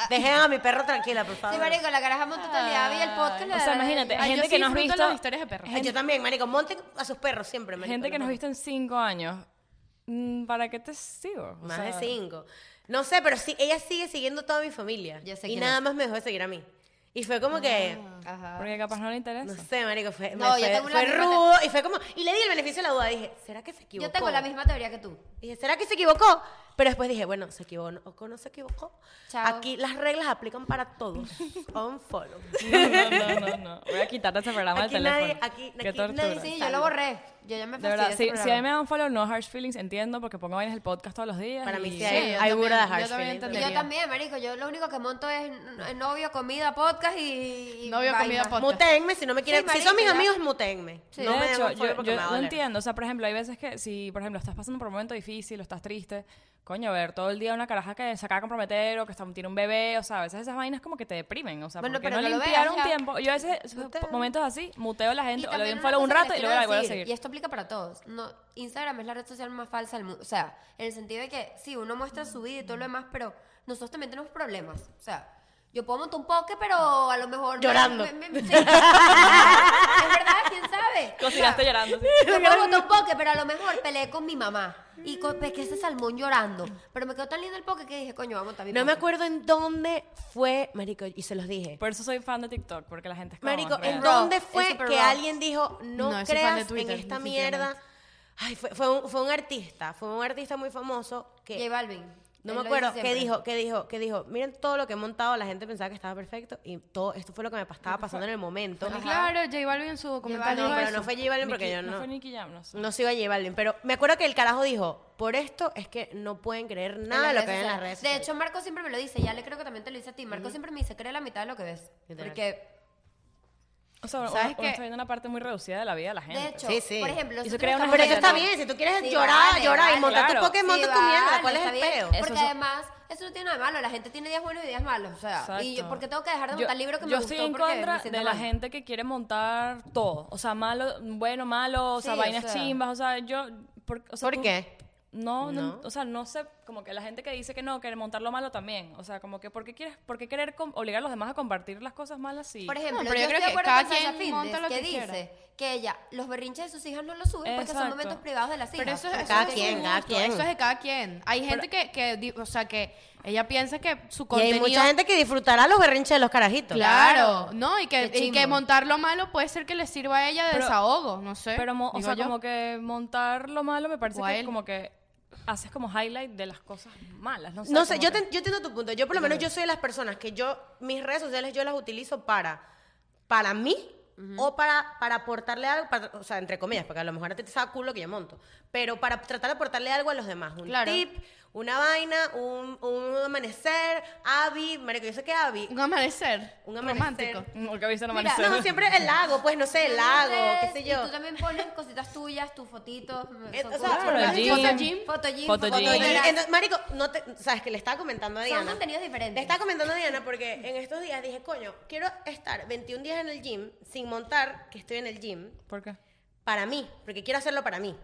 Speaker 2: Dejen a mi perro tranquila, por favor.
Speaker 4: Sí, marico, la caraja monta totalidad y el podcast le
Speaker 3: O sea,
Speaker 4: da-
Speaker 3: imagínate,
Speaker 1: Ay, yo
Speaker 3: gente
Speaker 1: sí
Speaker 3: que no has
Speaker 1: disfruto
Speaker 3: visto.
Speaker 1: las historias de perros.
Speaker 2: Ay, yo también, marico, monten a sus perros siempre, marico.
Speaker 3: Gente que
Speaker 2: no
Speaker 3: nos
Speaker 2: me-
Speaker 3: viste en cinco años. mm, ¿Para qué te sigo? O
Speaker 2: Más
Speaker 3: sea,
Speaker 2: de cinco. No sé, pero sí, ella sigue siguiendo toda mi familia.
Speaker 4: Ya sé
Speaker 2: y
Speaker 4: quién
Speaker 2: nada
Speaker 4: es.
Speaker 2: más me dejó de seguir a mí. Y fue como que,
Speaker 4: Ajá.
Speaker 3: Porque capaz no le interesa.
Speaker 2: no sé, marico, fue, me
Speaker 4: No, yo
Speaker 2: fue,
Speaker 4: tengo una
Speaker 2: fue
Speaker 4: amiga que-
Speaker 2: rudo. Y fue como, y le di el beneficio de la duda. Dije, ¿será que se equivocó?
Speaker 4: Yo tengo la misma teoría que tú.
Speaker 2: Dije, ¿será que se equivocó? Pero después dije, bueno, se equivocó, no se equivocó.
Speaker 4: Chao.
Speaker 2: Aquí las reglas aplican para todos. Unfollow.
Speaker 3: No, no, no, no, no. Voy a quitarte ese programa
Speaker 2: Aquí
Speaker 3: del teléfono.
Speaker 2: nadie- aquí-
Speaker 3: Qué
Speaker 2: aquí
Speaker 3: tortura.
Speaker 2: nadie
Speaker 4: Sí,
Speaker 2: Salud.
Speaker 4: yo lo borré. Yo ya me
Speaker 3: De
Speaker 4: fastidié
Speaker 3: verdad,
Speaker 4: ese
Speaker 3: si, si a mí
Speaker 4: programa.
Speaker 3: me dan follow, no harsh feelings, entiendo, porque pongo vainas el podcast todos los días.
Speaker 2: Para mí
Speaker 3: y-
Speaker 2: sí
Speaker 1: Sí,
Speaker 2: hay,
Speaker 1: yo
Speaker 2: hay
Speaker 1: también-
Speaker 2: burda de
Speaker 1: yo
Speaker 2: harsh
Speaker 1: también
Speaker 2: feelings.
Speaker 1: entendí.
Speaker 4: Y Yo
Speaker 1: Debería.
Speaker 4: también, marico. Yo lo único que monto es n- novio, comida, podcast y... y
Speaker 1: Novio, comida,
Speaker 4: vaina.
Speaker 1: podcast.
Speaker 2: Mutéenme si no me quieren.
Speaker 4: Sí,
Speaker 2: si son mis
Speaker 4: marica, ya.
Speaker 2: amigos, mutéenme.
Speaker 4: Sí.
Speaker 2: No
Speaker 3: de
Speaker 2: me den
Speaker 3: hecho,
Speaker 2: unfollow
Speaker 3: yo,
Speaker 2: porque
Speaker 3: yo
Speaker 2: me va a
Speaker 3: no
Speaker 2: doler.
Speaker 3: entiendo. O sea, por ejemplo, hay veces que si, por ejemplo, estás pasando por un momento difícil o estás triste, coño, ver todo el día una caraja que se acaba de comprometer o que está, tiene un bebé, o sea, a veces esas vainas como que te deprimen. O sea,
Speaker 4: Bueno,
Speaker 3: porque
Speaker 4: pero
Speaker 3: no,
Speaker 4: no lo
Speaker 3: limpiar
Speaker 4: veas,
Speaker 3: un
Speaker 4: ya.
Speaker 3: tiempo. Yo a veces,
Speaker 2: Muteo.
Speaker 3: momentos así, muteo a la
Speaker 4: Y
Speaker 3: gente o le doy
Speaker 4: también
Speaker 3: un
Speaker 4: una
Speaker 3: follow un
Speaker 4: cosa que
Speaker 3: rato y
Speaker 4: les
Speaker 3: luego la
Speaker 4: quiero
Speaker 3: vuelvo a
Speaker 4: decir,
Speaker 3: seguir.
Speaker 4: Y esto aplica para todos. No, Instagram es la red social más falsa del mundo. O sea, en el sentido de que sí, uno muestra su vida y todo lo demás, pero nosotros también tenemos problemas. O sea, yo puedo montar un poke, pero a lo mejor... me-
Speaker 2: Llorando.
Speaker 4: me- me- sí. es verdad, quién sabe.
Speaker 3: Cocinaste
Speaker 4: O sea,
Speaker 3: llorando. sí.
Speaker 4: Yo puedo montar un poke, pero a lo mejor peleé con mi mamá. Y co- pesqué ese salmón llorando. Pero me quedó tan lindo el poke que dije, coño, vamos también.
Speaker 2: No me acuerdo en dónde fue, marico, y se los dije.
Speaker 3: Por eso soy fan de TikTok, porque la gente es como
Speaker 2: Marico,
Speaker 3: más
Speaker 2: ¿en
Speaker 3: real.
Speaker 4: Raw,
Speaker 2: dónde
Speaker 4: es
Speaker 2: fue
Speaker 4: súper
Speaker 2: que
Speaker 4: raw.
Speaker 2: alguien dijo, no,
Speaker 1: No, yo soy fan de
Speaker 2: creas en
Speaker 1: Twitter,
Speaker 2: esta
Speaker 1: definitivamente.
Speaker 2: mierda? Ay, fue, fue, un, fue un artista, fue un artista muy famoso que...
Speaker 4: J Balvin.
Speaker 2: No
Speaker 4: Él
Speaker 2: me
Speaker 4: lo
Speaker 2: acuerdo
Speaker 4: dice
Speaker 2: qué
Speaker 4: siempre.
Speaker 2: dijo, qué dijo, qué dijo. Miren todo lo que he montado, la gente pensaba que estaba perfecto y todo esto fue lo que me estaba pasando en el momento.
Speaker 1: Pues claro, J Balvin en su documental
Speaker 4: Balvin,
Speaker 2: No,
Speaker 1: dijo
Speaker 2: pero
Speaker 1: eso.
Speaker 2: no fue J Balvin porque
Speaker 3: Nicki-
Speaker 2: yo
Speaker 3: no fue
Speaker 2: no.
Speaker 3: Nicky Jam, no sé.
Speaker 2: No se iba a J Balvin, pero me acuerdo que el carajo dijo, por esto es que no pueden creer nada de
Speaker 4: las
Speaker 2: lo que ven en las redes
Speaker 4: sociales. De hecho, Marco siempre me lo dice. Ya le creo que también te lo dice a ti. Marco siempre me dice, cree la mitad de lo que ves.
Speaker 2: Literal.
Speaker 4: Porque,
Speaker 3: O sea, uno,
Speaker 1: ¿Sabes
Speaker 3: uno
Speaker 1: qué?
Speaker 3: está viendo una parte muy reducida de la vida de la gente.
Speaker 4: de hecho,
Speaker 2: Sí, sí.
Speaker 4: por ejemplo...
Speaker 3: Eso
Speaker 4: nosotros
Speaker 3: crea una
Speaker 4: estamos
Speaker 2: Pero eso está
Speaker 3: Bueno,
Speaker 4: viendo-
Speaker 2: bien, si tú quieres
Speaker 4: Sí,
Speaker 2: llorar,
Speaker 4: vale,
Speaker 2: llorar y
Speaker 4: vale.
Speaker 2: montar
Speaker 3: Claro.
Speaker 2: tu Pokémon,
Speaker 4: Sí,
Speaker 2: monta tu mierda,
Speaker 4: vale,
Speaker 2: ¿cuál es
Speaker 4: está
Speaker 2: el
Speaker 4: bien.
Speaker 2: peo?
Speaker 3: Eso
Speaker 4: Porque
Speaker 3: es-
Speaker 4: además, eso no tiene nada de malo. La gente tiene días buenos y días malos. O sea, y yo,
Speaker 3: Exacto.
Speaker 4: ¿por qué tengo que dejar de
Speaker 3: Yo-
Speaker 4: montar libros que
Speaker 3: yo
Speaker 4: me gustó?
Speaker 3: estoy en
Speaker 4: porque me
Speaker 3: contra
Speaker 4: siento
Speaker 3: de la
Speaker 4: mal?
Speaker 3: gente que quiere montar todo. O sea, malo, bueno, malo, o sea,
Speaker 4: Sí, o
Speaker 3: vainas
Speaker 4: sea.
Speaker 3: chimbas. O sea, yo. por- o sea,
Speaker 2: ¿Por
Speaker 3: tú-
Speaker 2: qué?
Speaker 3: no, no,
Speaker 2: No.
Speaker 3: o sea, no sé, como que la gente que dice que no, que montar lo malo también, o sea, como que ¿por qué quieres, por qué querer com- obligar a los demás a compartir las cosas malas si
Speaker 4: Por ejemplo,
Speaker 1: No,
Speaker 4: yo,
Speaker 1: pero yo creo
Speaker 4: estoy de
Speaker 1: que
Speaker 4: acuerdo
Speaker 1: cada
Speaker 4: con Sasha
Speaker 1: quien
Speaker 4: Fitness,
Speaker 1: monta lo
Speaker 4: que,
Speaker 1: que
Speaker 4: dice
Speaker 1: quiera.
Speaker 4: que ella, los berrinches de sus hijas no los sube porque son
Speaker 3: Exacto.
Speaker 4: momentos privados de las hijas.
Speaker 1: Pero eso es, eso
Speaker 4: Porque
Speaker 1: es
Speaker 2: Cada
Speaker 1: de
Speaker 4: su
Speaker 2: quien,
Speaker 4: gusto.
Speaker 2: cada
Speaker 1: gusto,
Speaker 2: quien.
Speaker 1: Eso es de cada quien. Hay gente que, que, di- o sea, que ella piensa que su
Speaker 2: Y
Speaker 1: contenido...
Speaker 2: hay mucha gente que disfrutará los berrinches de los carajitos.
Speaker 1: Claro,
Speaker 4: Claro.
Speaker 1: ¿no? Y que,
Speaker 4: Qué
Speaker 1: y
Speaker 4: chimbo.
Speaker 1: que montar lo malo puede ser que le sirva a ella de
Speaker 3: Pero-
Speaker 1: desahogo, no sé.
Speaker 3: Pero, mo- o
Speaker 1: digo
Speaker 3: sea,
Speaker 1: yo.
Speaker 3: como que montar lo malo me parece
Speaker 1: O a
Speaker 3: que
Speaker 1: él.
Speaker 3: como que haces como highlight de las cosas malas. No sé,
Speaker 2: No sé,
Speaker 3: como
Speaker 2: yo,
Speaker 3: que-
Speaker 2: te- yo entiendo tu punto. Yo por lo menos yo soy de las personas que yo, mis redes sociales yo las utilizo para, para mí o para, para aportarle algo, para- o sea, entre comillas, porque a lo mejor a ti te saca culo que yo monto, pero para tratar de aportarle algo a los demás. Un
Speaker 1: Claro.
Speaker 2: tip, una vaina, un, un amanecer, Abby, marico, yo sé que Abby...
Speaker 1: Un amanecer.
Speaker 2: Un amanecer.
Speaker 1: Romántico.
Speaker 3: Porque viste no
Speaker 4: Mira,
Speaker 3: amanecer.
Speaker 2: No, siempre el lago, pues no sé, el lago, qué sé
Speaker 4: Y
Speaker 2: yo.
Speaker 4: tú también pones cositas tuyas, tus fotitos. mm, son
Speaker 2: Eh, o sea,
Speaker 4: cosas-
Speaker 2: Claro, el
Speaker 4: Fotogym,
Speaker 1: gym.
Speaker 4: fotogym, fotogym,
Speaker 3: Fotogym.
Speaker 2: Cuando-
Speaker 4: fotógrafas.
Speaker 2: entonces, marico, no te, sabes que le estaba comentando a
Speaker 4: Son
Speaker 2: Diana.
Speaker 4: contenidos diferentes.
Speaker 2: Le estaba comentando a Diana porque en estos días dije, coño, quiero estar 21 días en el gym sin montar que estoy en el gym
Speaker 3: ¿Por qué?
Speaker 2: para mí, porque quiero hacerlo para mí.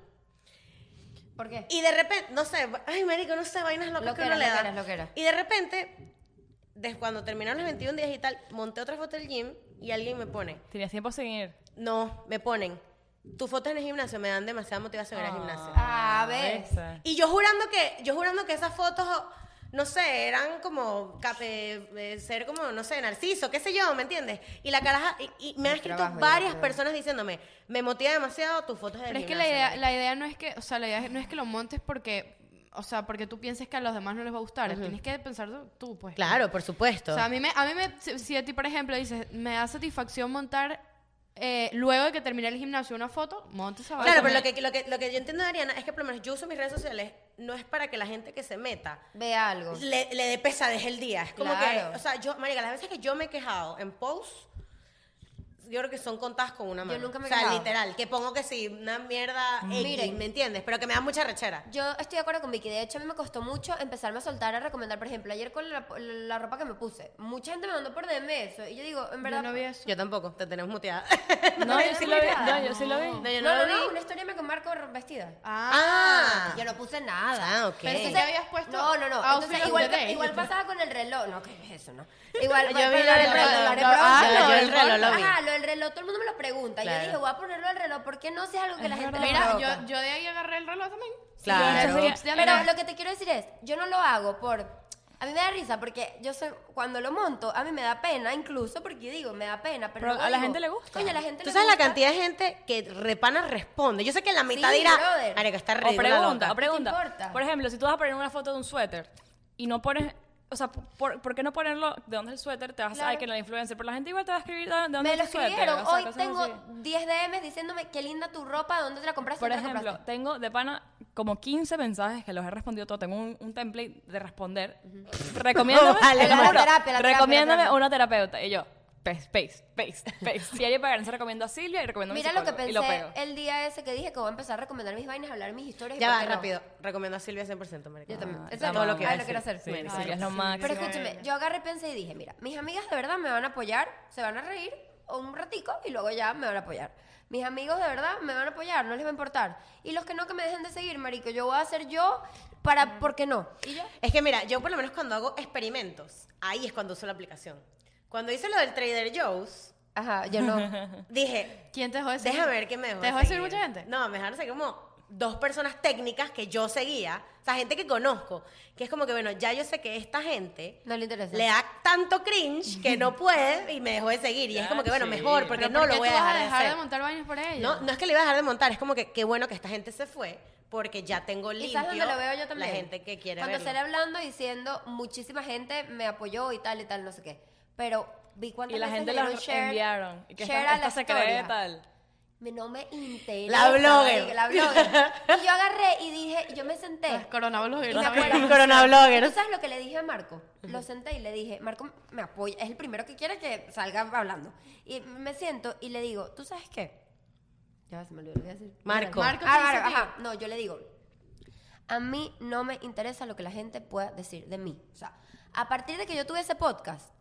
Speaker 4: ¿Por qué?
Speaker 2: Y de repente, no sé, ay, marico, no sé, vainas locas que
Speaker 4: Loqueras,
Speaker 2: uno le da.
Speaker 4: loqueras, loqueras.
Speaker 2: Y de repente, desde cuando terminaron los 21 días y tal, monté otra foto del gym y alguien me pone,
Speaker 3: Tenías tiempo sin ir.
Speaker 2: no, me ponen, tus fotos en el gimnasio me dan demasiada motivación en el gimnasio.
Speaker 4: Ah, ves.
Speaker 3: ¿viste?
Speaker 2: Y yo jurando que, yo jurando que esas fotos, no sé, eran como cap- eh, eh, ser como, no sé, narciso, qué sé yo, ¿me entiendes? Y la caraja, y, y me han escrito
Speaker 4: trabajo, ya,
Speaker 2: varias
Speaker 4: claro.
Speaker 2: personas diciéndome, me motiva demasiado tus fotos de
Speaker 1: Pero es que la idea, la idea no es que, o sea, la idea no es que lo montes porque, o sea, porque tú pienses que a los demás no les va a gustar. Tienes que pensar tú- tú, pues.
Speaker 2: Claro, por supuesto.
Speaker 1: O sea, a mí me, a mí me si, si a ti, por ejemplo, dices, me da satisfacción montar eh, luego de que termine el gimnasio una foto, monta esa vaina.
Speaker 2: Claro, pero lo que, lo, que, lo que yo entiendo de Ariana es que por lo menos yo uso mis redes sociales no es para que la gente que se meta
Speaker 4: Ve algo.
Speaker 2: le, le dé pesadez el día. Es como
Speaker 4: Claro.
Speaker 2: que, o sea, yo, marica, las veces que yo me he quejado en post, yo creo que son contadas con una
Speaker 4: Yo
Speaker 2: mano.
Speaker 4: nunca me he
Speaker 2: O sea,
Speaker 4: quejado.
Speaker 2: literal, que pongo que sí, una mierda X,
Speaker 4: Miren.
Speaker 2: ¿me entiendes? Pero que me da mucha rechera.
Speaker 4: Yo estoy de acuerdo con Vicky. De hecho, a mí me costó mucho empezarme a soltar, a recomendar. Por ejemplo, ayer con la, la ropa que me puse. Mucha gente me mandó por DM eso. Y yo digo, en verdad.
Speaker 1: Yo no vi eso.
Speaker 2: Yo tampoco, te tenemos muteada.
Speaker 3: No, yo sí lo vi. No, yo sí lo
Speaker 2: No,
Speaker 3: vi.
Speaker 2: yo
Speaker 4: no,
Speaker 2: no,
Speaker 4: no,
Speaker 2: lo
Speaker 4: no,
Speaker 2: vi.
Speaker 4: una historia me con Marco vestida.
Speaker 2: Ah,
Speaker 4: Yo no puse nada.
Speaker 2: Ah, ok. Pero si
Speaker 4: Entonces-
Speaker 1: ya habías puesto
Speaker 4: No, no, no.
Speaker 1: outfit
Speaker 4: Entonces,
Speaker 1: of
Speaker 4: igual,
Speaker 1: the day.
Speaker 4: igual pasaba con el reloj. No, ¿qué es eso, no? Igual.
Speaker 2: Yo vi
Speaker 4: pero
Speaker 2: lo del
Speaker 4: lo
Speaker 2: reloj.
Speaker 4: lo haré
Speaker 2: Lo- ah,
Speaker 4: pronto.
Speaker 2: yo el reloj lo vi.
Speaker 4: Ajá, lo del reloj todo el mundo me lo pregunta. Y
Speaker 2: Claro.
Speaker 4: Yo dije, voy a ponerlo al reloj. ¿Por qué no? Si es algo que la gente me
Speaker 1: Mira,
Speaker 4: provoca.
Speaker 1: yo, yo de ahí agarré el reloj también.
Speaker 2: Claro.
Speaker 1: Los tips de
Speaker 4: Pero
Speaker 1: Andrea.
Speaker 4: lo que te quiero decir es, yo no lo hago por... A mí me da risa porque yo soy, cuando lo monto, a mí me da pena, incluso porque yo digo, me da pena, pero,
Speaker 3: Pero
Speaker 4: luego
Speaker 3: a la
Speaker 4: digo,
Speaker 3: gente le gusta.
Speaker 4: Coño, a la gente
Speaker 2: Tú
Speaker 4: le
Speaker 2: sabes la
Speaker 4: gusta".
Speaker 2: cantidad de gente que repana responde. Yo sé que la mitad
Speaker 4: Sí,
Speaker 2: dirá,
Speaker 4: brother.
Speaker 2: marica, está
Speaker 3: O
Speaker 2: ridícula
Speaker 3: pregunta,
Speaker 2: loca".
Speaker 3: o pregunta.
Speaker 4: ¿Qué importa?
Speaker 3: Por ejemplo, si tú vas a poner una foto de un suéter y no pones. O sea, ¿por, por qué no ponerlo de dónde es el suéter? Te vas a
Speaker 4: Claro.
Speaker 3: ay, que no la influencer, pero la gente igual te va a escribir de de dónde
Speaker 4: Me
Speaker 3: es
Speaker 4: lo
Speaker 3: el suéter.
Speaker 4: escribieron.
Speaker 3: o sea,
Speaker 4: Hoy
Speaker 3: cosas
Speaker 4: tengo
Speaker 3: así.
Speaker 4: 10 DMs diciéndome qué linda tu ropa, dónde te la compraste,
Speaker 3: Por
Speaker 4: ¿Dónde te la
Speaker 3: ejemplo,
Speaker 4: compraste?
Speaker 3: tengo de pana como 15 mensajes que los he respondido todos. Tengo un, un template de responder. Recomiéndame,
Speaker 2: Vale,
Speaker 3: te lo
Speaker 4: la
Speaker 3: juro,
Speaker 4: terapia, la terapia,
Speaker 3: recomiéndame
Speaker 4: la terapia.
Speaker 3: una terapeuta. Y yo, paste, paste, paste, paste. Y ayer para se recomiendo a Silvia y recomiendo a mi
Speaker 4: Mira lo que
Speaker 3: psicólogo, y lo
Speaker 4: pensé
Speaker 3: pego.
Speaker 4: el día ese que dije que voy a empezar a recomendar mis vainas, hablar mis historias. y
Speaker 2: Ya
Speaker 4: por
Speaker 2: va,
Speaker 4: qué no.
Speaker 2: rápido. Recomiendo a Silvia 100%, marica.
Speaker 4: Yo también.
Speaker 3: Ah,
Speaker 4: ¿En
Speaker 3: la
Speaker 4: serio?
Speaker 2: todo lo que iba
Speaker 4: Ay,
Speaker 2: a
Speaker 4: lo quiero
Speaker 2: decir.
Speaker 4: hacer.
Speaker 3: Sí,
Speaker 4: Bueno,
Speaker 3: Silvia es
Speaker 4: sí.
Speaker 3: lo máximo.
Speaker 4: Pero escúchame, yo agarré, pensé y dije, mira, mis amigas de verdad me van a apoyar, se van a reír un ratico y luego ya me van a apoyar. Mis amigos de verdad me van a apoyar, no les va a importar. Y los que no, que me dejen de seguir, marico, yo voy a hacer yo para, ¿por qué no? Y ya.
Speaker 2: Es que mira, yo por lo menos cuando hago experimentos, ahí es cuando uso la aplicación. Cuando hice lo del Trader Joe's,
Speaker 4: Ajá, yo no.
Speaker 2: dije,
Speaker 1: ¿Quién te dejó decir?
Speaker 2: Déjame ver qué me dejó.
Speaker 1: ¿Te dejó decir
Speaker 2: seguir.
Speaker 1: mucha gente?
Speaker 2: No, me dejaron seguir como dos personas técnicas que yo seguía, o sea, gente que conozco, que es como que, bueno, ya yo sé que esta gente
Speaker 4: No le interesa.
Speaker 2: le da tanto cringe que no puede y me dejó de seguir. Y es como que, bueno,
Speaker 3: sí.
Speaker 2: mejor, porque
Speaker 1: Pero
Speaker 2: no
Speaker 1: ¿por
Speaker 2: lo
Speaker 1: qué
Speaker 2: voy a
Speaker 1: tú vas
Speaker 2: dejar,
Speaker 1: a dejar
Speaker 2: de
Speaker 1: de,
Speaker 2: hacer.
Speaker 1: montar vainas por ella.
Speaker 2: No, no es que le iba a dejar de montar, es como que qué bueno que esta gente se fue porque ya tengo
Speaker 4: ¿Y
Speaker 2: limpio
Speaker 4: sabes dónde lo veo yo también?
Speaker 2: la gente que quiere
Speaker 4: Cuando
Speaker 2: verlo.
Speaker 4: sale hablando y diciendo, muchísima gente me apoyó y tal y tal, no sé qué. Pero vi cuántas
Speaker 3: Y la
Speaker 4: veces
Speaker 3: gente
Speaker 4: le
Speaker 3: las
Speaker 4: dieron share-
Speaker 3: enviaron. Y que
Speaker 4: share
Speaker 3: esta,
Speaker 4: a la
Speaker 3: esta se cree
Speaker 4: historia.
Speaker 3: tal.
Speaker 4: Me- No me interesa.
Speaker 2: La blogger.
Speaker 4: marica, La blogger. Y yo agarré y dije, yo me senté.
Speaker 1: Las coronavirus.
Speaker 4: ¿Te
Speaker 1: ¿no?
Speaker 4: acuerdas?
Speaker 2: Los coronabloggers.
Speaker 4: ¿Tú sabes lo que le dije a Marco? Lo senté y le dije, Marco me apoya, es el primero que quiere que salga hablando. Y me siento y le digo, ¿tú sabes qué? Ya se me olvidó lo que iba a decir.
Speaker 2: Marco.
Speaker 1: Marco,
Speaker 4: Marco, ah,
Speaker 1: ¿qué
Speaker 4: Marco,
Speaker 1: dice a ti?
Speaker 4: ajá. No, yo le digo, a mí no me interesa lo que la gente pueda decir de mí. O sea, a partir de que yo tuve ese podcast,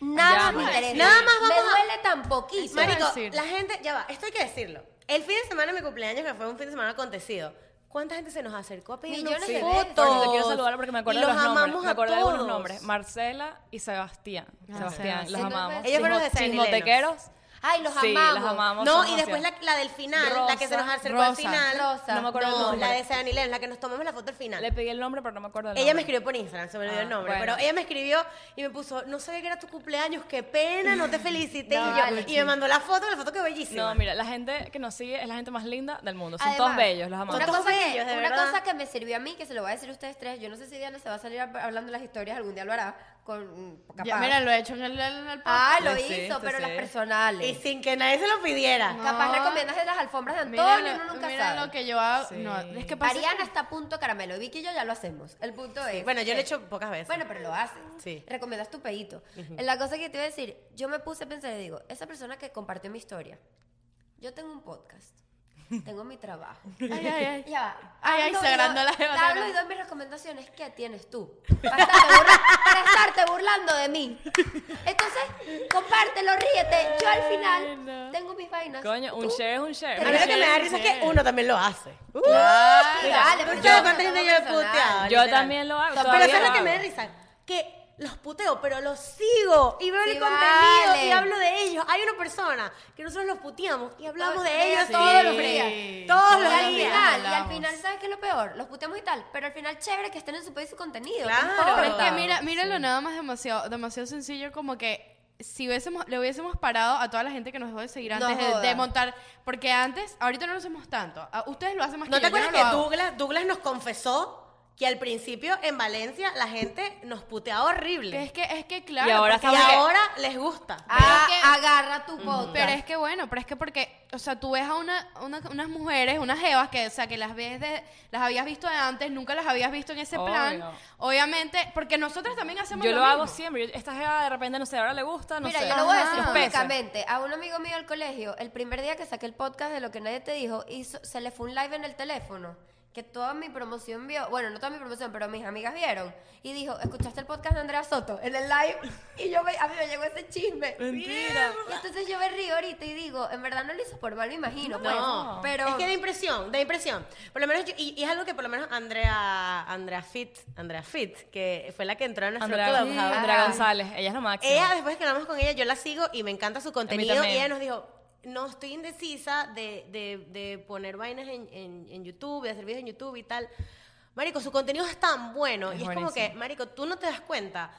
Speaker 3: Ya,
Speaker 4: nada me
Speaker 3: bueno,
Speaker 4: interesa.
Speaker 2: sí. Nada más
Speaker 4: me
Speaker 2: vamos a-
Speaker 4: duele tan poquito.
Speaker 1: iba a
Speaker 2: Marico,
Speaker 1: decir.
Speaker 2: la gente, ya va, esto hay que decirlo. El fin de semana de mi cumpleaños, que fue un fin de semana acontecido, ¿Cuánta gente se nos acercó a pedirnos
Speaker 4: Millones de
Speaker 2: fotos?
Speaker 4: veces.
Speaker 3: Bueno, te quiero saludar porque me acuerdo
Speaker 2: Y
Speaker 3: de
Speaker 2: los
Speaker 3: los nombres.
Speaker 2: amamos
Speaker 3: Me
Speaker 2: a
Speaker 3: acuerdo de algunos
Speaker 2: todos.
Speaker 3: nombres. Marcela y Sebastián. Sebastián, los
Speaker 4: Sebastián.
Speaker 3: amamos.
Speaker 2: Ellos fueron los
Speaker 3: Chismo-
Speaker 2: de San
Speaker 3: chismotequeros.
Speaker 4: Ay, los
Speaker 3: Sí,
Speaker 4: amamos.
Speaker 3: los amamos.
Speaker 2: No,
Speaker 3: somos
Speaker 2: y después la,
Speaker 3: así.
Speaker 2: la del final, la que se nos
Speaker 3: Rosa,
Speaker 2: acercó al
Speaker 1: Rosa,
Speaker 2: final.
Speaker 4: Rosa.
Speaker 3: No me acuerdo el
Speaker 2: No,
Speaker 3: nombre.
Speaker 2: la de San Ilén, la que nos tomamos la foto al final.
Speaker 3: Le pedí el nombre, pero no me acuerdo el
Speaker 2: Ella me
Speaker 3: nombre.
Speaker 2: escribió por Instagram, se me olvidó
Speaker 3: Ah,
Speaker 2: el nombre,
Speaker 3: bueno.
Speaker 2: pero ella me escribió y me puso, no sabía que era tu cumpleaños, qué pena, no te felicité.
Speaker 4: No,
Speaker 2: y, yo-
Speaker 4: vale,
Speaker 2: y me mandó la foto, la foto que bellísima.
Speaker 3: No, mira, la gente que nos sigue es la gente más linda del mundo. Son
Speaker 4: Además,
Speaker 3: todos bellos, los amamos.
Speaker 4: Una,
Speaker 2: Son todos
Speaker 4: cosa, que,
Speaker 2: bellos, de
Speaker 4: una
Speaker 2: verdad.
Speaker 4: cosa que me sirvió a mí, que se lo voy a decir a ustedes tres, yo no sé si Diana se va a salir hab- hablando las historias, algún día lo hará, con, capaz.
Speaker 1: Ya, mira, lo he hecho en el, en el podcast.
Speaker 4: ah, lo
Speaker 3: Sí, sí,
Speaker 4: hizo,
Speaker 3: sí,
Speaker 4: pero
Speaker 3: sí.
Speaker 4: las
Speaker 2: Y
Speaker 4: personales.
Speaker 2: sin que nadie se lo pidiera.
Speaker 1: No.
Speaker 4: Capaz recomiendas de las alfombras de
Speaker 1: Mira
Speaker 4: Antonio,
Speaker 1: lo-
Speaker 4: uno nunca
Speaker 1: mira
Speaker 4: sabe.
Speaker 1: lo que yo hago.
Speaker 3: Sí.
Speaker 1: No, es que pasa.
Speaker 4: Ariana está a punto caramelo, Vicky y yo ya lo hacemos. El punto es...
Speaker 2: Bueno, yo lo he
Speaker 4: que-
Speaker 2: hecho pocas veces.
Speaker 4: Bueno, pero lo haces.
Speaker 2: Sí.
Speaker 4: Recomiendas tu peito. La cosa que te iba a decir, yo me puse a pensar y digo, esa persona que compartió mi historia, yo tengo un podcast, tengo mi trabajo.
Speaker 1: Ay, ay, ay.
Speaker 4: Ya va.
Speaker 1: Ay, ay,
Speaker 4: Hablo y
Speaker 1: se agrandó
Speaker 4: doy-
Speaker 1: la jeva,
Speaker 4: te
Speaker 1: se
Speaker 4: hablo y
Speaker 1: agrandó.
Speaker 4: doy mis recomendaciones. ¿Qué tienes tú? Para estarte, burla- para estarte burlando de mí. Entonces, compártelo, ríete. Yo al final tengo mis vainas.
Speaker 3: Coño, un
Speaker 4: Tú-
Speaker 3: share es un share.
Speaker 2: A mí lo que me da risa es que uno también lo hace. Uh,
Speaker 4: Claro,
Speaker 2: mira,
Speaker 4: vale,
Speaker 2: ¿tú
Speaker 4: pero
Speaker 2: sabes
Speaker 4: yo
Speaker 2: cuánta
Speaker 4: no
Speaker 2: gente
Speaker 4: tomo
Speaker 2: yo he
Speaker 4: personal.
Speaker 2: puteado?
Speaker 3: Yo
Speaker 2: literal?
Speaker 3: también lo hago,
Speaker 2: Pero
Speaker 3: todavía
Speaker 2: eso es lo
Speaker 3: lo
Speaker 2: que me da
Speaker 3: hago.
Speaker 2: risa. Que los puteo, pero los sigo. Y veo el
Speaker 4: Sí,
Speaker 2: contenido
Speaker 4: vale.
Speaker 2: y hablo de ellos. Hay una persona que nosotros los puteamos y hablamos
Speaker 4: Todo-
Speaker 2: de
Speaker 4: de
Speaker 2: ellos
Speaker 4: ellos
Speaker 2: todos los
Speaker 1: sí.
Speaker 2: días. Todos
Speaker 4: Y
Speaker 2: los
Speaker 4: al
Speaker 2: días.
Speaker 4: final, y al
Speaker 1: hablamos.
Speaker 4: final, ¿sabes qué es lo peor? Los puteamos y tal, pero al final chévere que estén en su país su contenido.
Speaker 2: Claro.
Speaker 4: ¿qué
Speaker 1: Pero es
Speaker 4: importa?
Speaker 1: que mira, míralo nada más demasiado, demasiado sencillo, como que si hubiésemos, le hubiésemos parado a toda la gente que nos dejó de seguir
Speaker 4: No
Speaker 1: antes de, de
Speaker 4: jodas.
Speaker 1: montar, porque antes, ahorita no lo hacemos tanto. Ah, Ustedes lo hacen más
Speaker 2: ¿No
Speaker 1: que yo,
Speaker 2: te
Speaker 1: yo no lo
Speaker 2: acuerdas que
Speaker 1: hago.
Speaker 2: Douglas, Douglas nos confesó que al principio en Valencia la gente nos puteaba
Speaker 1: Que es
Speaker 2: horrible?
Speaker 1: que, es que claro.
Speaker 3: Y ahora
Speaker 2: Y
Speaker 1: porque-
Speaker 3: estamos que-
Speaker 2: ahora les gusta.
Speaker 4: Ah,
Speaker 1: Pero es que-
Speaker 4: agarra tu podcast.
Speaker 1: pero es que bueno, pero es que porque, o sea, tú ves a una, una- unas mujeres, unas jevas que, o sea, que las ves de, las habías visto de antes, nunca las habías visto en ese plan.
Speaker 3: Obvio.
Speaker 1: Obviamente, porque nosotras también hacemos
Speaker 3: Yo
Speaker 1: lo,
Speaker 3: lo hago
Speaker 1: mismo.
Speaker 3: siempre. Yo- Esta jeva de repente, no sé, ahora le gusta, no
Speaker 4: Mira,
Speaker 3: sé.
Speaker 4: yo lo voy a
Speaker 1: Ajá.
Speaker 4: decir
Speaker 3: Los peces.
Speaker 4: públicamente. A un amigo mío del colegio, el primer día que saqué el podcast de lo que nadie te dijo, hizo, se le fue un live en el teléfono. Que toda mi promoción vio, bueno, no toda mi promoción, pero mis amigas vieron. Y dijo, ¿escuchaste el podcast de Andrea Soto en el live? Y yo, me- a mí me llegó ese chisme.
Speaker 3: Mentira.
Speaker 4: Y entonces yo me río ahorita y digo, en verdad no lo hizo por mal, me imagino. pues,
Speaker 2: No,
Speaker 4: pero...
Speaker 2: es que da impresión, da impresión. Por lo menos yo- y, y es algo que por lo menos Andrea, Andrea Fit, Andrea Fit, que fue la que entró a nuestro
Speaker 3: Andrea,
Speaker 2: clubhouse.
Speaker 3: Andrea González, ella es lo máximo.
Speaker 2: Ella después que hablamos con ella, yo la sigo y me encanta su contenido y
Speaker 3: también.
Speaker 2: ella nos dijo, no estoy indecisa de, de- de poner vainas en, en- en YouTube, de hacer videos en YouTube y tal. Marico, su contenido es tan bueno
Speaker 3: Es
Speaker 2: y es como
Speaker 3: buenísimo.
Speaker 2: que, Marico, tú no te das cuenta.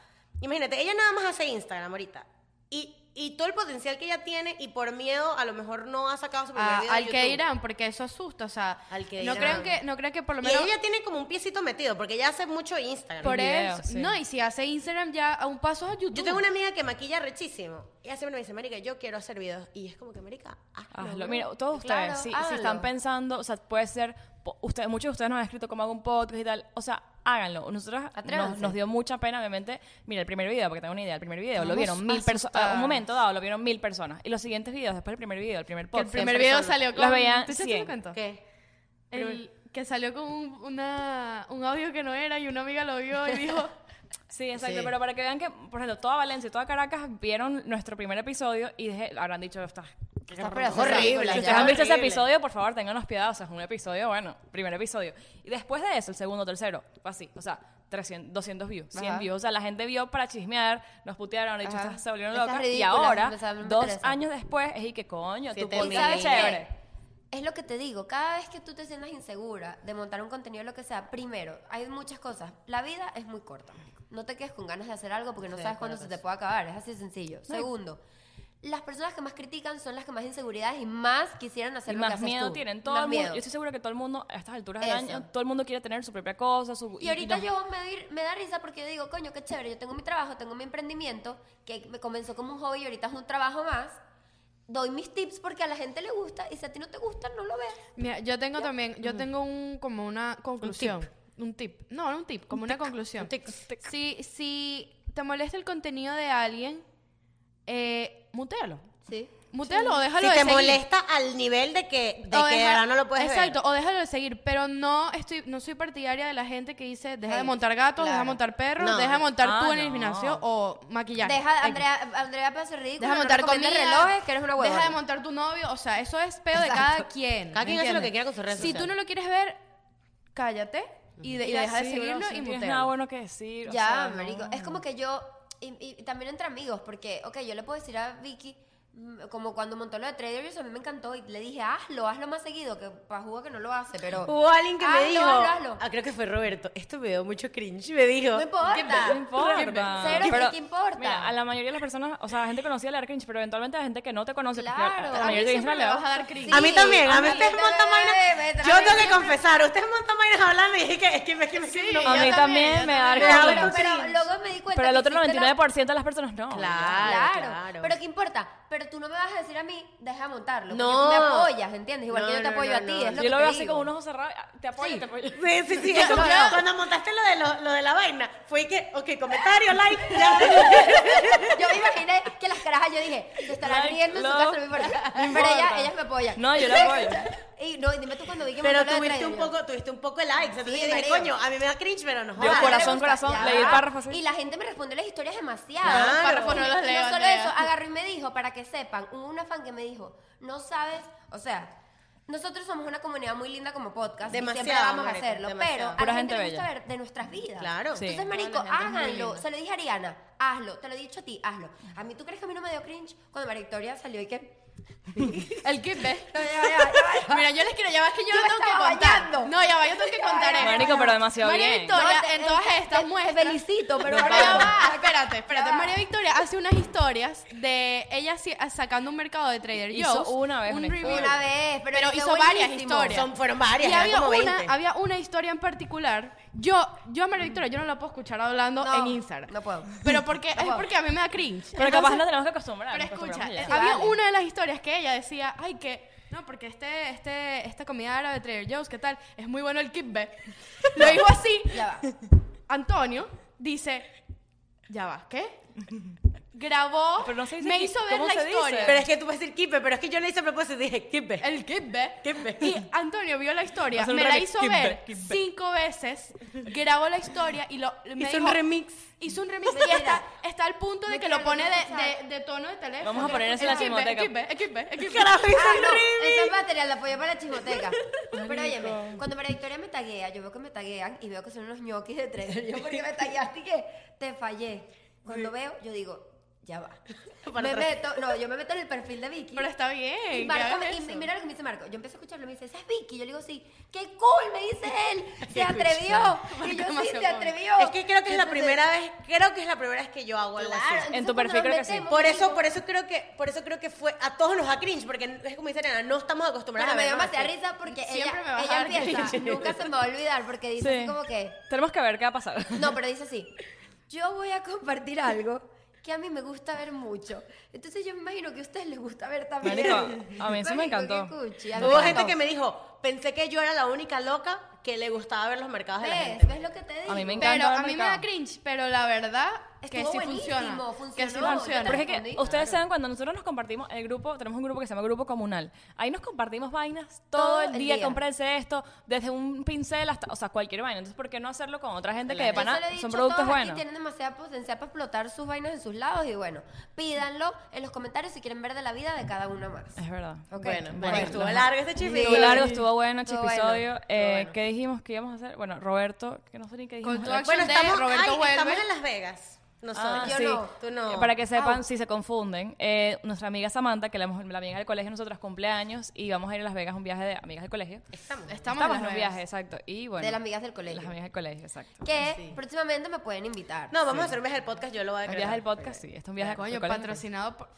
Speaker 2: Imagínate, ella nada más hace Instagram ahorita. Y, y todo el potencial que ella tiene y por miedo a lo mejor no ha sacado su primer
Speaker 1: A-
Speaker 2: video de
Speaker 1: Ah, al que
Speaker 2: YouTube.
Speaker 1: dirán, porque eso asusta, o sea,
Speaker 2: Al que
Speaker 1: no
Speaker 2: dirán.
Speaker 1: creo que no creo que por lo
Speaker 2: Y
Speaker 1: menos
Speaker 2: ella tiene como un piecito metido, porque ella hace mucho Instagram.
Speaker 1: por
Speaker 3: video,
Speaker 1: eso,
Speaker 3: sí.
Speaker 1: no, y si hace Instagram ya a un paso a YouTube.
Speaker 2: Yo tengo una amiga que maquilla rechísimo. Ella siempre me dice, Marica, yo quiero hacer videos. Y es como que, Marica, hazlo.
Speaker 3: Hazlo.
Speaker 2: bro".
Speaker 3: Mira, todos ustedes,
Speaker 4: Claro,
Speaker 3: si, si
Speaker 4: háganlo.
Speaker 3: están pensando, o sea, puede ser, po- ustedes, muchos de ustedes nos han escrito cómo hago un podcast y tal, o sea, háganlo. Nosotros nos,
Speaker 4: Atrévanse.
Speaker 3: nos dio mucha pena, obviamente, mira, el primer video, porque tengo una idea, el primer video lo vieron mil
Speaker 1: asustadas.
Speaker 3: personas, un momento dado lo vieron mil personas, y los siguientes videos, después el primer video, el primer
Speaker 1: que
Speaker 3: podcast.
Speaker 1: el primer video
Speaker 2: personas.
Speaker 1: salió con
Speaker 3: Las veían
Speaker 1: ¿Tú sabes
Speaker 3: 100.
Speaker 1: lo cuento?
Speaker 2: ¿Qué?
Speaker 1: El que salió con un, una, un audio que no era y una amiga lo vio y dijo,
Speaker 3: Sí, exacto,
Speaker 1: Sí.
Speaker 3: pero para que vean que, por ejemplo, toda Valencia y toda Caracas vieron nuestro primer episodio y dije- habrán dicho, está...
Speaker 4: Está
Speaker 2: horrible, ya.
Speaker 3: Si ustedes han visto ese
Speaker 2: horrible.
Speaker 3: episodio, por favor, tengan piedad. O sea, es un episodio, bueno, primer episodio. Y después de eso, el segundo, tercero, fue así. O sea, 300, 200 views, 100
Speaker 1: Ajá.
Speaker 3: views. O sea, la gente vio para chismear, nos putearon, han dicho,
Speaker 1: Ajá.
Speaker 3: "Estas se volvieron
Speaker 4: Estas
Speaker 3: locas. Y
Speaker 4: ridículas,
Speaker 3: ahora,
Speaker 4: no saben, no me
Speaker 3: dos
Speaker 4: interesa.
Speaker 3: años después, es y que coño, tu
Speaker 2: Siete
Speaker 3: podcast
Speaker 4: ¿Y
Speaker 2: mil.
Speaker 3: es
Speaker 4: sabes
Speaker 3: chévere.
Speaker 4: qué? Es lo que te digo, cada vez que tú te sientas insegura de montar un contenido, lo que sea, primero, hay muchas cosas. La vida es muy corta. marico. No te quedes con ganas de hacer algo porque no
Speaker 2: Estoy de
Speaker 4: sabes cuándo se
Speaker 2: acuerdo.
Speaker 4: te puede acabar. Es así de sencillo. Segundo, las personas que más critican son las que más inseguridades y más quisieran hacer
Speaker 3: Y
Speaker 4: lo que
Speaker 3: más
Speaker 4: haces
Speaker 3: miedo
Speaker 4: tú.
Speaker 3: tienen. Todo
Speaker 4: Más
Speaker 3: el mundo,
Speaker 4: miedo.
Speaker 3: Yo estoy segura que todo el mundo, a estas alturas del
Speaker 4: Eso.
Speaker 3: año, todo el mundo quiere tener su propia cosa. Su,
Speaker 4: Y ahorita
Speaker 3: no-
Speaker 4: yo me, doy- me da risa porque yo digo, coño, qué chévere, yo tengo mi trabajo, tengo mi emprendimiento, que me comenzó como un hobby y ahorita es un trabajo más. Doy mis tips porque a la gente le gusta y si a ti no te gusta, no lo ves.
Speaker 1: mira, yo tengo también, yo tengo un como una conclusión, un tip, no, no un tip, como una conclusión.
Speaker 2: Un tic.
Speaker 1: Si si te molesta el contenido de alguien, eh, mutealo,
Speaker 4: Sí.
Speaker 1: mutealo o déjalo
Speaker 2: si
Speaker 1: de
Speaker 2: te
Speaker 1: seguir.
Speaker 2: molesta al nivel de que, de
Speaker 4: Oh,
Speaker 1: O
Speaker 2: que de
Speaker 1: deja-
Speaker 2: verdad no lo puedes
Speaker 1: Exacto,
Speaker 2: ver.
Speaker 1: o déjalo de seguir, pero no estoy no soy partidaria de la gente que dice, deja de
Speaker 4: Hate,
Speaker 1: montar gatos, deja de
Speaker 4: claro.
Speaker 1: montar perros,
Speaker 2: No.
Speaker 1: deja de montar
Speaker 3: Ah,
Speaker 1: tú en el
Speaker 3: no.
Speaker 1: gimnasio o maquillaje.
Speaker 4: Deja,
Speaker 1: X.
Speaker 4: Andrea, Andrea puede ser ridícula.
Speaker 1: Deja de
Speaker 4: no
Speaker 1: montar
Speaker 4: recomiendas
Speaker 1: comida,
Speaker 4: relojes, que eres una huevona.
Speaker 1: Deja de montar tu novio, o sea, eso es peo de
Speaker 4: Exacto.
Speaker 1: cada quien.
Speaker 2: Cada
Speaker 1: ¿me
Speaker 2: quien hace lo
Speaker 1: entiendes?
Speaker 2: que quiera con sus redes
Speaker 1: Si tú
Speaker 2: sociales.
Speaker 1: no lo quieres ver, cállate y, de- y deja de seguirlo y
Speaker 3: No
Speaker 1: mutealo.
Speaker 3: tienes nada bueno que decir. o
Speaker 4: Ya,
Speaker 3: sea, no.
Speaker 4: marico. Es como que yo. Y, y también entre amigos, porque, ok, yo le puedo decir a Vicky, mm, como cuando montó lo de Traders, a mí me encantó y le dije, hazlo, hazlo más seguido, que para jugo que no lo hace, pero.
Speaker 2: Hubo alguien que me
Speaker 4: hazlo,
Speaker 2: dijo.
Speaker 4: Hazlo, hazlo.
Speaker 2: Ah, creo que fue Roberto. Esto me dio mucho cringe. Me dijo.
Speaker 4: No importa.
Speaker 3: No importa.
Speaker 4: Cero sí
Speaker 3: Pero,
Speaker 4: que importa.
Speaker 3: Mira, a la mayoría de las personas, o sea, a gente conocida le da cringe, pero eventualmente a gente que no te conoce, porque
Speaker 4: Claro.
Speaker 3: a
Speaker 4: A
Speaker 3: la
Speaker 4: mí
Speaker 3: mayoría de
Speaker 1: siempre
Speaker 3: gente le
Speaker 1: me
Speaker 3: da
Speaker 1: vas a dar cringe.
Speaker 4: Sí,
Speaker 2: a mí también, a mí
Speaker 4: a mí
Speaker 2: ustedes
Speaker 4: también,
Speaker 2: montan
Speaker 4: bebé,
Speaker 2: vainas. Yo
Speaker 4: también
Speaker 2: tengo que
Speaker 4: siempre-
Speaker 2: confesar, ustedes montan vainas hablando y dije que es que me, que me no.
Speaker 3: A
Speaker 1: yo
Speaker 3: mí también,
Speaker 1: también, yo
Speaker 3: me da
Speaker 1: también.
Speaker 3: cringe.
Speaker 2: Pero-
Speaker 4: Pero, pero luego me di cuenta.
Speaker 3: Pero el
Speaker 4: que
Speaker 3: otro
Speaker 4: hiciste la-
Speaker 3: 99% de las personas no.
Speaker 2: Claro,
Speaker 4: Claro,
Speaker 2: claro.
Speaker 4: Pero ¿qué importa? Pero tú no me vas a decir a mí, deja de montarlo. porque
Speaker 2: No.
Speaker 4: tú me apoyas, ¿entiendes? Igual que
Speaker 2: No,
Speaker 4: yo te
Speaker 2: no,
Speaker 4: apoyo
Speaker 2: no,
Speaker 4: a ti.
Speaker 2: no.
Speaker 4: Es lo
Speaker 3: Yo
Speaker 4: que
Speaker 3: lo
Speaker 4: te
Speaker 3: veo así
Speaker 4: digo.
Speaker 3: con unos ojos cerrados. ah, Te apoyo, te apoyo.
Speaker 2: Sí, sí, sí. eso fue. Cuando montaste lo de lo, lo de la vaina, fue que, ok, comentario, like, ya.
Speaker 4: Yo me imaginé que las carajas, yo dije, se estarán
Speaker 3: Like,
Speaker 4: riendo en su
Speaker 3: love,
Speaker 4: casa, no me importa.
Speaker 3: no
Speaker 4: Pero
Speaker 3: importa.
Speaker 4: ellas, ellas me apoyan.
Speaker 3: No, yo la apoyo.
Speaker 4: y no, y dime tú cuando vi que
Speaker 2: Pero
Speaker 4: mandó lo de
Speaker 2: tuviste un
Speaker 4: Trader, yo,
Speaker 2: poco, tuviste un poco de likes. Entonces
Speaker 4: Sí,
Speaker 2: yo dije,
Speaker 4: marido.
Speaker 2: coño, a mí me da cringe, pero no
Speaker 3: Yo
Speaker 2: jodas.
Speaker 4: "Vale,
Speaker 3: corazón,
Speaker 4: me gusta,
Speaker 3: corazón,
Speaker 4: ya
Speaker 3: leí el
Speaker 4: va".
Speaker 3: párrafo así.
Speaker 4: Y la gente me respondió las historias demasiado.
Speaker 2: Claro.
Speaker 1: Los párrafos no los leo,
Speaker 4: no solo
Speaker 1: Andrea.
Speaker 4: eso, agarró y me dijo, para que sepan, hubo una fan que me dijo, no sabes, o sea, nosotros somos una comunidad muy linda como podcast y siempre
Speaker 2: Demasiado,
Speaker 4: vamos
Speaker 2: marico,
Speaker 4: a hacerlo,
Speaker 2: demasiado.
Speaker 4: pero a
Speaker 3: Pura
Speaker 4: la gente,
Speaker 3: gente
Speaker 4: le gusta
Speaker 3: bella.
Speaker 4: ver de nuestras vidas.
Speaker 2: Claro.
Speaker 3: Sí.
Speaker 4: Entonces,
Speaker 1: No,
Speaker 4: marico,
Speaker 1: la gente es muy
Speaker 4: háganlo.
Speaker 1: linda.
Speaker 4: Se lo dije a Ariana, hazlo, te lo he dicho a ti, hazlo. A mí, ¿tú crees que a mí no me dio cringe cuando María Victoria salió y que...
Speaker 1: El kit, ¿ves?
Speaker 4: No, ya, va, ya, va, ya va.
Speaker 1: Mira, yo les quiero, ya va, es que yo,
Speaker 4: Yo
Speaker 1: lo tengo que
Speaker 4: estaba
Speaker 1: contar.
Speaker 4: bailando.
Speaker 1: No, ya va, yo tengo que contar esto.
Speaker 3: Marico, pero demasiado
Speaker 1: María
Speaker 3: bien.
Speaker 1: Victoria,
Speaker 4: No, te-
Speaker 1: en todas
Speaker 4: te-
Speaker 1: estas
Speaker 4: te
Speaker 1: muestras.
Speaker 4: felicito, pero
Speaker 1: Pero
Speaker 4: ahora
Speaker 1: ya
Speaker 4: va.
Speaker 1: va, espérate, espérate.
Speaker 4: Ya va.
Speaker 1: María Victoria hace unas historias de ella si- sacando un mercado de Trader
Speaker 3: Hizo
Speaker 1: Joe's.
Speaker 3: una vez
Speaker 1: un
Speaker 3: una
Speaker 1: review.
Speaker 3: historia.
Speaker 4: Una vez, pero,
Speaker 1: Pero
Speaker 4: quedó
Speaker 1: hizo varias
Speaker 4: buenísimo.
Speaker 1: historias.
Speaker 2: Son, fueron varias,
Speaker 1: Y
Speaker 2: eran
Speaker 1: había
Speaker 2: como 20.
Speaker 1: una, había una historia en particular. Yo, yo a María Victoria, yo no la puedo escuchar hablando
Speaker 4: No,
Speaker 1: en Instagram.
Speaker 4: no puedo.
Speaker 1: Pero porque, es
Speaker 4: puedo.
Speaker 1: porque a mí me da cringe.
Speaker 3: Pero
Speaker 1: Entonces-
Speaker 3: capaz no tenemos que acostumbrar.
Speaker 1: pero
Speaker 3: nos
Speaker 1: escucha,
Speaker 3: acostumbramos ya.
Speaker 1: eh, había
Speaker 4: vale.
Speaker 1: una de las historias que ella decía, ay, que, no, porque este, este, esta comida árabe de Trader Joe's, ¿qué tal? Es muy bueno el kibbeh. Lo dijo así.
Speaker 4: Ya va.
Speaker 1: Antonio dice, ya va, ¿qué? Grabó,
Speaker 3: Ah, Pero no se dice
Speaker 1: me
Speaker 3: ki-
Speaker 1: hizo ver
Speaker 3: ¿cómo
Speaker 1: la
Speaker 3: se dice?
Speaker 1: historia.
Speaker 2: Pero es que tú vas a decir Kipe, pero es que yo le hice a propósito y dije Kipe.
Speaker 1: El kibbeh.
Speaker 2: Kibbeh.
Speaker 1: Y Antonio vio la historia,
Speaker 3: Hace un
Speaker 1: me la
Speaker 3: remix,
Speaker 1: hizo
Speaker 3: kibbeh,
Speaker 1: ver
Speaker 3: kibbeh.
Speaker 1: cinco veces, grabó la historia y lo me
Speaker 2: Hizo un
Speaker 1: dijo-
Speaker 2: remix.
Speaker 1: Hizo un remix y
Speaker 4: Mentira.
Speaker 1: está, está al punto de
Speaker 4: Mentira,
Speaker 1: que lo
Speaker 4: lo
Speaker 1: pone
Speaker 4: quiero
Speaker 1: de,
Speaker 4: escuchar.
Speaker 1: de- de tono de teléfono.
Speaker 3: Vamos a poner eso en la
Speaker 1: El kibbeh,
Speaker 3: chismoteca.
Speaker 1: el kibbeh, el kibbeh, el kibbeh.
Speaker 2: Carajo, hizo
Speaker 4: Ah,
Speaker 2: un
Speaker 4: no,
Speaker 2: remix.
Speaker 4: eso es material de apoyo para la chismoteca. Pero óyeme, cuando María Victoria me taguea, yo veo que me taguean y veo que son unos ñoquis de Trader. Yo, porque me tagueaste y que te fallé? Cuando veo, yo digo, ya va.
Speaker 2: Para
Speaker 4: me
Speaker 2: atrás.
Speaker 4: meto, no, yo me meto en el perfil de Vicky.
Speaker 1: Pero está
Speaker 4: Y,
Speaker 1: bien.
Speaker 4: Marco
Speaker 1: que
Speaker 4: me-
Speaker 1: hagas
Speaker 4: y- y
Speaker 1: eso.
Speaker 4: mira lo que me dice Marco. Yo empiezo a escucharlo y me dice, ¿esa es Vicky? Yo le digo, sí. ¡Qué cool! Me dice él. Se atrevió. Y yo, sí,
Speaker 1: demasiado
Speaker 4: se
Speaker 1: cool.
Speaker 4: atrevió.
Speaker 2: Es que creo que es la
Speaker 4: Entonces,
Speaker 2: primera vez, creo que es la primera vez que yo hago algo
Speaker 4: Claro,
Speaker 2: así.
Speaker 3: En
Speaker 4: entonces
Speaker 3: tu perfil
Speaker 4: cuando nos
Speaker 3: creo que sí.
Speaker 4: metemos,
Speaker 2: Por
Speaker 4: yo
Speaker 2: eso,
Speaker 4: digo,
Speaker 2: por eso creo que, por eso creo que fue a todos nos da cringe, porque es como dice Ariana, no estamos acostumbrados
Speaker 4: Pero me dio
Speaker 2: a vernos
Speaker 4: demasiada
Speaker 2: así.
Speaker 4: risa porque
Speaker 1: Siempre me va
Speaker 4: ella,
Speaker 1: a
Speaker 4: ella
Speaker 1: dar
Speaker 4: empieza,
Speaker 1: cringe.
Speaker 4: nunca se me va a olvidar porque dice así
Speaker 3: Sí.
Speaker 4: como que,
Speaker 3: Tenemos que ver qué va a pasar.
Speaker 4: no, pero dice así, yo voy a compartir algo que a mí me gusta ver mucho. Entonces yo me imagino que a ustedes les gusta ver también.
Speaker 3: Marico, a mí eso me
Speaker 4: Marico,
Speaker 3: encantó.
Speaker 4: qué cuchi, a mí
Speaker 2: Hubo
Speaker 4: me
Speaker 2: gente
Speaker 4: encantó.
Speaker 2: que me dijo, pensé que yo era la única loca que le gustaba ver los mercados de la
Speaker 4: ¿Ves?
Speaker 2: gente.
Speaker 4: ¿Ves lo que te digo?
Speaker 3: A mí me encanta
Speaker 1: Pero
Speaker 3: ver
Speaker 1: a mí me da
Speaker 3: mercado.
Speaker 1: cringe, pero la verdad que
Speaker 4: Estuvo
Speaker 1: sí
Speaker 4: buenísimo,
Speaker 1: funciona. Que sí
Speaker 4: funcionó, yo
Speaker 1: funciona.
Speaker 3: Porque
Speaker 4: te
Speaker 1: Porque
Speaker 3: es que
Speaker 4: respondí,
Speaker 3: ustedes
Speaker 4: claro.
Speaker 3: saben, cuando nosotros nos compartimos el grupo, tenemos un grupo que se llama Grupo Comunal. Ahí nos compartimos vainas todo, el día, cómprense esto, desde un pincel hasta, o sea, cualquier vaina. Entonces, ¿por qué no hacerlo con otra gente que de
Speaker 4: Yo se
Speaker 3: pana
Speaker 4: lo he dicho
Speaker 3: son
Speaker 4: a
Speaker 3: productos
Speaker 4: todos aquí,
Speaker 3: buenos?
Speaker 4: tienen demasiada potencial para explotar sus vainas en sus lados y bueno, pídanlo en los comentarios si quieren ver de la vida de cada una más.
Speaker 3: Es verdad.
Speaker 4: Ok.
Speaker 2: Bueno,
Speaker 4: Bueno,
Speaker 2: bueno, estuvo largo este chisme.
Speaker 3: Estuvo largo, estuvo bueno,
Speaker 4: Estuvo
Speaker 3: chipisodio.
Speaker 4: bueno,
Speaker 3: Eh,
Speaker 4: estuvo bueno.
Speaker 3: ¿Qué dijimos que íbamos a hacer? Bueno, Roberto, que no sé ni qué dijimos.
Speaker 1: Con tu
Speaker 3: Eh,
Speaker 1: acción
Speaker 2: Bueno,
Speaker 1: de
Speaker 2: estamos,
Speaker 1: Roberto
Speaker 2: ay, estamos
Speaker 1: vuelve.
Speaker 2: en Las Vegas. Nosotros.
Speaker 3: Ah,
Speaker 4: yo
Speaker 3: sí.
Speaker 4: no,
Speaker 2: tú no.
Speaker 3: Eh, Para que sepan, si se confunden, eh, nuestra amiga Samantha, que la, hemos- la amiga del colegio, nosotras cumpleaños y vamos a ir a Las Vegas, un viaje de amigas del colegio.
Speaker 2: Estamos.
Speaker 1: Estamos en
Speaker 3: un
Speaker 1: los
Speaker 3: viaje,
Speaker 1: viajes.
Speaker 3: exacto. Y bueno,
Speaker 4: De las amigas del colegio.
Speaker 3: las amigas del colegio, exacto.
Speaker 4: que próximamente me pueden invitar.
Speaker 2: No, vamos a hacer un viaje del podcast, yo lo voy a
Speaker 3: El
Speaker 2: declarar.
Speaker 3: viaje del podcast, sí. Este es un viaje
Speaker 1: Coño,
Speaker 3: del colegio.
Speaker 1: patrocinado por...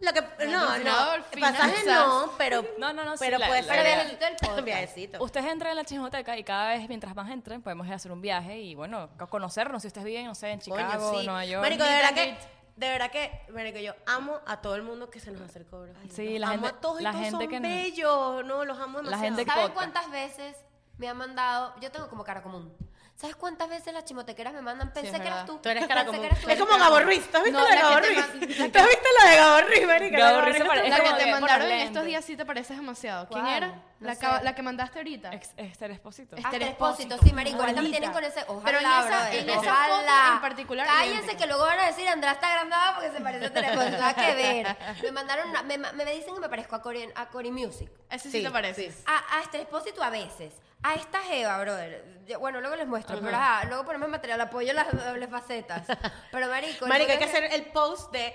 Speaker 2: Lo que, no,
Speaker 1: Patrocinador,
Speaker 2: no, pasajes
Speaker 1: finanzas.
Speaker 2: no, pero
Speaker 3: No, no, no, sí,
Speaker 2: pero
Speaker 3: la-
Speaker 2: puede
Speaker 3: la
Speaker 2: ser
Speaker 4: idea.
Speaker 2: viaje-
Speaker 4: Pero viajecito del
Speaker 2: un viajecito.
Speaker 3: Ustedes entran en la chismoteca y cada vez, mientras más entren, podemos ir a hacer un viaje y, bueno, co- conocernos. Si ustedes viven, no sé, en
Speaker 2: Coño,
Speaker 3: Chicago,
Speaker 2: sí.
Speaker 3: Nueva York.
Speaker 2: Marico, de
Speaker 3: Meet
Speaker 2: verdad
Speaker 3: and
Speaker 2: que,
Speaker 3: greet.
Speaker 2: de verdad que, marico, yo amo a todo el mundo que se nos acercó, bro.
Speaker 3: Sí, la
Speaker 2: amo
Speaker 3: gente-
Speaker 2: a todos y
Speaker 3: la
Speaker 2: todos
Speaker 3: gente
Speaker 2: son
Speaker 3: que nos-
Speaker 2: bellos, no, los amo demasiado.
Speaker 3: gente que-
Speaker 4: ¿Saben
Speaker 3: podcast.
Speaker 4: cuántas veces me han mandado? Yo tengo como cara común. ¿Sabes cuántas veces las chimotequeras me mandan? Pensé
Speaker 1: es
Speaker 4: que eras
Speaker 1: verdad.
Speaker 4: tú.
Speaker 2: Tú eres cara
Speaker 4: pensé
Speaker 2: como...
Speaker 4: que eras tú.
Speaker 2: Es como Gabo Ruiz, ¿tú has visto
Speaker 1: No,
Speaker 2: la de
Speaker 1: la
Speaker 2: Gabo
Speaker 1: que te
Speaker 2: Ruiz?
Speaker 1: ma-
Speaker 2: ¿Tú has visto la de Gabo Ruiz, marico?
Speaker 3: Gabo
Speaker 2: La de
Speaker 3: Ruiz se
Speaker 1: La
Speaker 3: parece- Es
Speaker 1: que
Speaker 3: como
Speaker 1: te
Speaker 3: que por
Speaker 1: mandaron en
Speaker 3: lentes.
Speaker 1: estos días sí te parece demasiado. ¿Quién
Speaker 4: ¿Cuál?
Speaker 1: era?
Speaker 4: No
Speaker 1: La,
Speaker 4: sé.
Speaker 1: ca- la que mandaste ahorita.
Speaker 3: Ex- Esther Expósito.
Speaker 1: Ex-
Speaker 4: Hasta
Speaker 1: Esther
Speaker 4: expósito,
Speaker 1: Expósito.
Speaker 4: sí, marico. Ahorita me
Speaker 1: Igualita.
Speaker 4: tienen con ese. Ojalá,
Speaker 1: Pero en esa-
Speaker 4: brother,
Speaker 1: en esa
Speaker 4: ojalá.
Speaker 1: foto en particular,
Speaker 4: Cállense
Speaker 1: idéntica.
Speaker 4: que luego van a decir Andrea está agrandada porque se parece a Telecom. Nada que ver. Me mandaron, una- me, ma- me dicen que me parezco a Cory a Cory Music.
Speaker 1: Ese sí,
Speaker 2: Sí,
Speaker 1: te parece.
Speaker 4: A, a este expósito a veces. a esta Jeva, brother. yo- bueno, luego les muestro, pero ajá, luego ponemos material, apoyo las dobles facetas. Pero marico,
Speaker 2: Marico, hay que
Speaker 4: entonces-
Speaker 2: hacer el post de,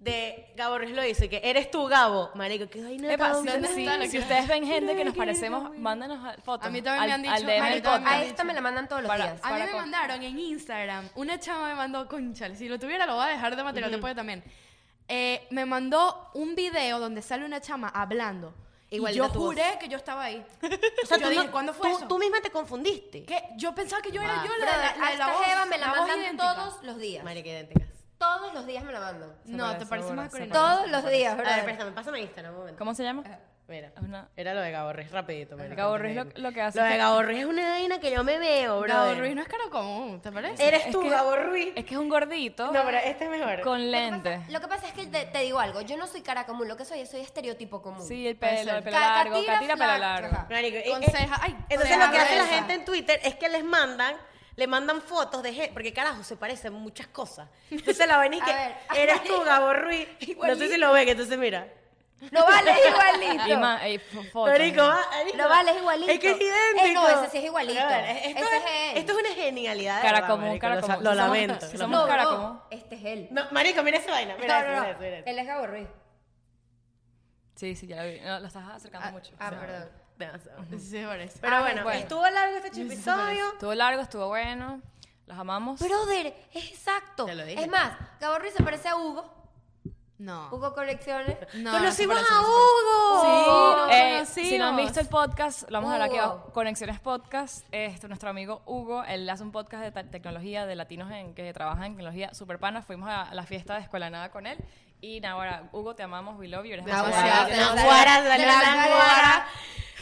Speaker 2: de Gabo Ruiz lo hizo y que eres tú, Gabo. Marico, que ay, no,
Speaker 3: Epa,
Speaker 2: Gabo,
Speaker 3: si,
Speaker 2: no,
Speaker 1: ¿dónde
Speaker 3: si-
Speaker 1: está la
Speaker 3: si
Speaker 1: que-
Speaker 3: ustedes ven gente que nos parecemos, mándanos a- fotos.
Speaker 1: A mí también me
Speaker 3: al-
Speaker 1: han dicho,
Speaker 3: al DM del
Speaker 1: marico,
Speaker 3: podcast.
Speaker 1: me
Speaker 4: a
Speaker 1: han
Speaker 4: esta me la mandan todos los
Speaker 3: Para-
Speaker 4: días.
Speaker 1: A mí
Speaker 3: para
Speaker 1: me
Speaker 3: con-
Speaker 1: mandaron en Instagram, una chama me mandó, conchale, si lo tuviera lo voy a dejar de material después también. Eh, me mandó un video donde sale una chama hablando. y
Speaker 2: Igualita
Speaker 1: yo
Speaker 2: tu voz.
Speaker 1: juré que yo estaba ahí.
Speaker 2: O sea,
Speaker 1: yo
Speaker 2: tú,
Speaker 1: dije,
Speaker 2: no-
Speaker 1: ¿cuándo fue
Speaker 2: tú-
Speaker 1: eso?
Speaker 2: tú misma te confundiste.
Speaker 1: ¿Qué? Yo pensaba que yo era
Speaker 4: Ah,
Speaker 1: yo la,
Speaker 4: brother,
Speaker 1: de la, la
Speaker 4: a
Speaker 1: de la
Speaker 4: esta
Speaker 1: voz.
Speaker 4: Jeva me la
Speaker 1: voz
Speaker 4: mandan
Speaker 1: idéntica.
Speaker 4: todos los días.
Speaker 2: Marico, idénticas.
Speaker 4: Todos los días me la mandan.
Speaker 3: Se
Speaker 1: No,
Speaker 3: parece,
Speaker 1: te pareces
Speaker 3: seguro,
Speaker 1: más a
Speaker 3: se
Speaker 1: Corina.
Speaker 3: parece.
Speaker 4: Todos los días,
Speaker 2: A ver,
Speaker 4: brother.
Speaker 2: préstame, pásame Instagram un momento.
Speaker 3: ¿Cómo se llama?
Speaker 2: Mira,
Speaker 3: Una-
Speaker 2: era lo de Gabo Ruiz, rapidito. marico,
Speaker 3: Gabo
Speaker 2: antes
Speaker 3: Ruiz
Speaker 2: de
Speaker 3: lo-
Speaker 2: irme.
Speaker 3: lo que hace
Speaker 2: Lo
Speaker 3: es
Speaker 2: de
Speaker 3: que-
Speaker 2: Gabo Ruiz es una vaina que yo me veo, bro.
Speaker 1: Gabo Ruiz no es cara común, ¿te parece?
Speaker 2: Eres tú,
Speaker 3: que-
Speaker 2: Gabo Ruiz.
Speaker 3: Es que es un gordito
Speaker 2: No, pero este es mejor.
Speaker 3: con
Speaker 4: Lo que pasa-
Speaker 3: lente.
Speaker 4: Lo que pasa es que te, te digo algo, yo no soy cara común, lo que soy, soy estereotipo común.
Speaker 3: Sí, el
Speaker 2: Puede
Speaker 3: pelo,
Speaker 2: ser.
Speaker 3: el pelo
Speaker 4: Ca-
Speaker 3: largo,
Speaker 4: catira,
Speaker 3: catira, pelo
Speaker 4: flaca.
Speaker 3: largo.
Speaker 4: Ajá.
Speaker 2: Marico, eh,
Speaker 1: Con
Speaker 2: eh,
Speaker 1: ceja- ay,
Speaker 2: entonces
Speaker 1: ceja
Speaker 2: lo que hace la
Speaker 1: gruesa.
Speaker 2: gente en Twitter es que les mandan, le mandan fotos de gente, porque carajo, se parecen muchas cosas. Entonces la ven y
Speaker 4: A
Speaker 2: que
Speaker 4: ver,
Speaker 2: eres tú, Gabo Ruiz. No sé si lo ven, entonces mira.
Speaker 4: No vale, es igualito.
Speaker 3: Y más, ey, fo- fotos.
Speaker 2: Marico, ah, marico.
Speaker 4: No vale, es igualito.
Speaker 2: Es que es
Speaker 4: Eh,
Speaker 2: idéntico.
Speaker 4: no, ese sí es igualito.
Speaker 2: A ver, esto,
Speaker 4: Ese
Speaker 2: es,
Speaker 4: es él.
Speaker 2: esto es una genialidad. de
Speaker 3: Cara
Speaker 2: verdad,
Speaker 3: común,
Speaker 2: marico,
Speaker 3: cara
Speaker 2: lo sa-
Speaker 3: común.
Speaker 2: Lo,
Speaker 3: Si somos-
Speaker 2: lamento.
Speaker 3: si
Speaker 2: lo
Speaker 3: somos
Speaker 4: No,
Speaker 2: lamento.
Speaker 3: cara
Speaker 4: no,
Speaker 3: común.
Speaker 4: este es él.
Speaker 2: No, marico, mira esa vaina. Mira,
Speaker 4: no,
Speaker 2: esto,
Speaker 4: no, no.
Speaker 2: mira, esto, mira esto.
Speaker 4: Él es Gabo Ruiz.
Speaker 3: Sí, sí, ya lo vi. No, lo estás acercando mucho.
Speaker 4: Ah, perdón.
Speaker 2: Demasiado.
Speaker 1: Sí, se parece.
Speaker 2: Pero
Speaker 4: Ah,
Speaker 2: bueno,
Speaker 3: bueno.
Speaker 2: estuvo largo este episodio.
Speaker 3: Estuvo largo, estuvo bueno. Los amamos.
Speaker 4: Brother, es exacto.
Speaker 2: Te lo dije.
Speaker 4: Es más, Gabo Ruiz se parece a Hugo.
Speaker 1: No.
Speaker 4: Hugo Colecciones.
Speaker 1: No, no se
Speaker 2: Conocimos
Speaker 1: parece,
Speaker 2: a
Speaker 1: no se
Speaker 2: Hugo.
Speaker 3: Sí,
Speaker 1: Oh,
Speaker 3: eh,
Speaker 1: nos
Speaker 3: si no han
Speaker 1: conocimos.
Speaker 3: visto el podcast, lo vamos a hablar aquí
Speaker 4: Hugo.
Speaker 3: abajo. Conexiones Podcast, este, nuestro amigo Hugo, él hace un podcast de ta- tecnología, de latinos en que trabajan en tecnología, super pana. Fuimos a la fiesta de Escuela Nada con él. Y nada, ahora, Hugo, te amamos, we love you. Eres
Speaker 1: Vamos,
Speaker 3: demasiado
Speaker 1: ya.
Speaker 3: guay.
Speaker 1: Las
Speaker 2: guaras,
Speaker 4: las
Speaker 2: las guaras.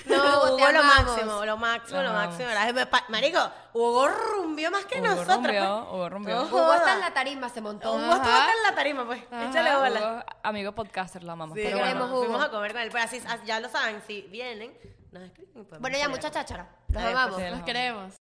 Speaker 2: No,
Speaker 4: Hugo, te
Speaker 2: Hugo lo
Speaker 4: amamos.
Speaker 2: máximo, lo máximo,
Speaker 3: Te
Speaker 2: lo
Speaker 3: amamos.
Speaker 2: máximo. ¿verdad? Pa- Marico, Hugo rumbió más que
Speaker 3: Hugo
Speaker 2: nosotros.
Speaker 3: rumbió,
Speaker 2: pues.
Speaker 3: Hugo rumbió.
Speaker 2: No
Speaker 4: Hugo está en
Speaker 2: joda.
Speaker 4: la tarima, se montó.
Speaker 2: Hugo estuvo
Speaker 1: Ajá.
Speaker 2: acá en la tarima, pues. Échale
Speaker 3: Hugo,
Speaker 2: bola.
Speaker 3: amigo podcaster, lo amamos.
Speaker 2: Sí,
Speaker 4: Te
Speaker 3: pero
Speaker 2: bueno,
Speaker 4: queremos, Hugo.
Speaker 2: Fuimos a comer con él. Pues Pero así, as- ya lo saben, si vienen, nos escriben. y podemos
Speaker 4: Bueno, ya,
Speaker 2: hablar.
Speaker 4: mucha cháchara. Los
Speaker 2: Adiós,
Speaker 4: amamos.
Speaker 3: pues,
Speaker 1: Los queremos.